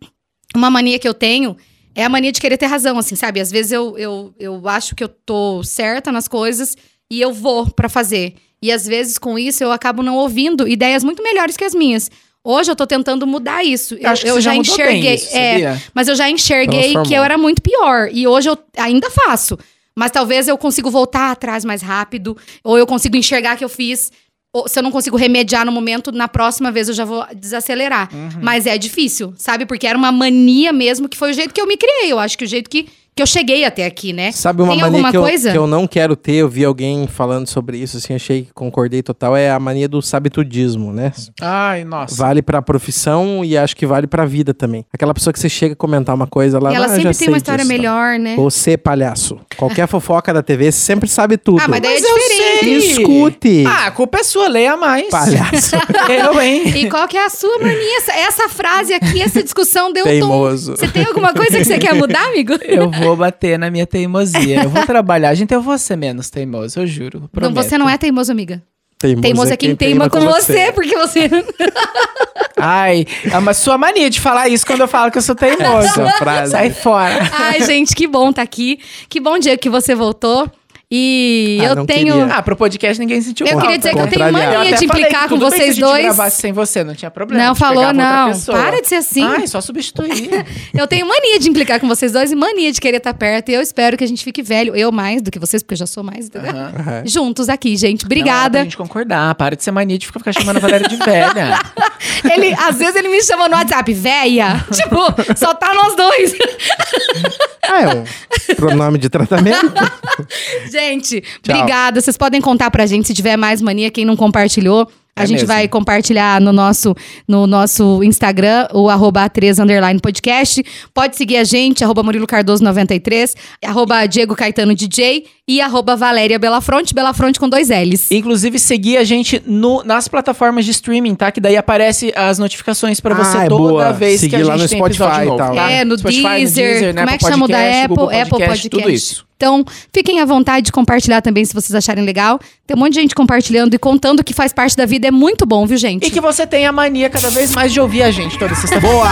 S3: uma mania que eu tenho é a mania de querer ter razão, assim, sabe? Às vezes eu, eu, eu acho que eu tô certa nas coisas e eu vou pra fazer. E às vezes com isso eu acabo não ouvindo ideias muito melhores que as minhas. Hoje eu tô tentando mudar isso. Eu,
S2: Acho que
S3: eu
S2: você
S3: já
S2: mudou bem
S3: enxerguei.
S2: isso,
S3: é,
S2: sabia?
S3: mas eu já enxerguei
S1: Transformou.
S3: que eu era muito pior. E hoje eu ainda faço. Mas talvez eu consigo voltar atrás mais rápido. Ou eu consigo enxergar que eu fiz. Ou se eu não consigo remediar no momento, na próxima vez eu já vou desacelerar.
S1: Uhum.
S3: Mas é difícil, sabe? Porque era uma mania mesmo, que foi o jeito que eu me criei. Eu acho que o jeito que, que eu cheguei até aqui, né?
S1: Sabe uma
S3: Tem
S1: mania
S3: alguma
S1: que eu,
S3: coisa?
S1: que eu não quero ter? Eu vi alguém falando sobre isso, assim, achei que concordei total. É a mania do sabitudismo, né?
S2: Ai, nossa.
S1: Vale pra profissão e acho que vale pra vida também. Aquela pessoa que você chega a comentar uma coisa lá,
S3: E ela
S1: "Ah, já
S3: sempre tem
S1: sei
S3: uma história
S1: disso", tá?
S3: melhor, né?
S1: Você, palhaço. Qualquer fofoca da TV sempre sabe tudo.
S3: Ah, mas daí é
S2: Mas eu
S3: diferente.
S2: sei.
S1: Escute,
S2: Ah, a culpa é sua, leia mais.
S1: palhaço
S2: Eu, hein?
S3: E qual que é a sua mania? Essa, essa frase aqui, essa discussão deu um tom.
S1: teimoso.
S3: Você tem alguma coisa que você quer mudar, amigo?
S2: Eu vou bater na minha teimosia. Eu vou trabalhar. Gente, eu vou ser menos teimoso, eu juro.
S3: Então você não é teimoso, amiga.
S1: Teimoso,
S3: Teimoso é quem teima com você, porque você.
S2: Ai, é uma sua mania de falar isso quando eu falo que eu sou teimoso.
S1: Essa frase.
S2: Sai fora.
S3: Ai, gente, que bom tá aqui. Que bom dia que você voltou. E
S1: Ah,
S3: eu
S1: não
S3: tenho.
S1: queria.
S2: Ah, pro podcast ninguém sentiu
S3: Eu
S2: falta.
S3: queria dizer que eu tenho
S1: Contrariado.
S3: mania
S2: até
S3: de
S2: falei,
S3: implicar com
S2: tudo bem
S3: vocês
S2: se a gente
S3: dois.
S2: gravasse sem você, não tinha problema.
S3: Não
S2: a gente
S3: falou,
S2: pegava outra
S3: não.
S2: pessoa.
S3: Para de ser assim.
S2: Ai, só substituir.
S3: Eu tenho mania de implicar com vocês dois e mania de querer estar perto. E eu espero que a gente fique velho. Eu mais do que vocês, porque eu já sou mais. entendeu?
S2: Aham.
S1: Aham. é.
S3: Juntos aqui, gente.
S2: Ah. Não, era pra
S3: Obrigada.
S2: gente concordar. Para de ser mania de ficar chamando a Valéria de velha.
S3: Ele, às vezes ele me chama no WhatsApp, véia. Tipo, só tá nós dois.
S1: Ah, é um pronome de tratamento.
S3: Gente, obrigada. Vocês podem contar pra gente se tiver mais mania, quem não compartilhou. A
S2: É
S3: gente
S2: mesmo.
S3: vai compartilhar no nosso, no nosso Instagram, o arroba A3 underline podcast. Pode seguir a gente, arroba Murilo Cardoso 93, arroba Diego Caetano DJ e arroba Valéria Belafronte, Belafronte com dois L's.
S2: Inclusive, seguir a gente no- nas plataformas de streaming, tá? Que daí aparece as notificações pra você
S1: Ah, é
S2: toda
S1: boa.
S2: vez
S1: Seguir
S2: que a
S1: lá
S2: gente
S1: no
S2: tem episódio
S1: Spotify e
S2: novo,
S1: tal.
S2: tá?
S3: É, no
S2: Spotify,
S3: Deezer.
S2: né?
S3: como é que
S2: Apple
S3: chama o da
S2: Podcast,
S3: Apple?
S2: Google
S3: Apple Podcast.
S2: Tudo isso.
S3: Então, fiquem à vontade de compartilhar também se vocês acharem legal. Tem um monte de gente compartilhando e contando que faz parte da vida. É muito bom, viu, gente?
S2: E que você tenha a mania cada vez mais de ouvir a gente toda sexta-feira. Boa!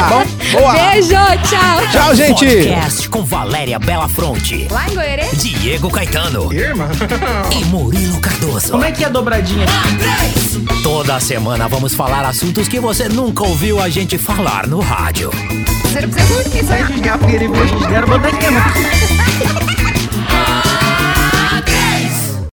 S1: Boa!
S3: Beijo, tchau!
S1: Tchau, gente!
S4: Podcast com Valéria Bela Fronte,
S3: Lá em Goiânia?
S4: Diego Caetano e Murilo Cardoso.
S2: Como é que é a dobradinha?
S4: Toda semana vamos falar assuntos que você nunca ouviu a gente falar no rádio.
S3: Você não precisa muito disso, né?
S2: Desligar, porque ele desligar, eu vou dar queima.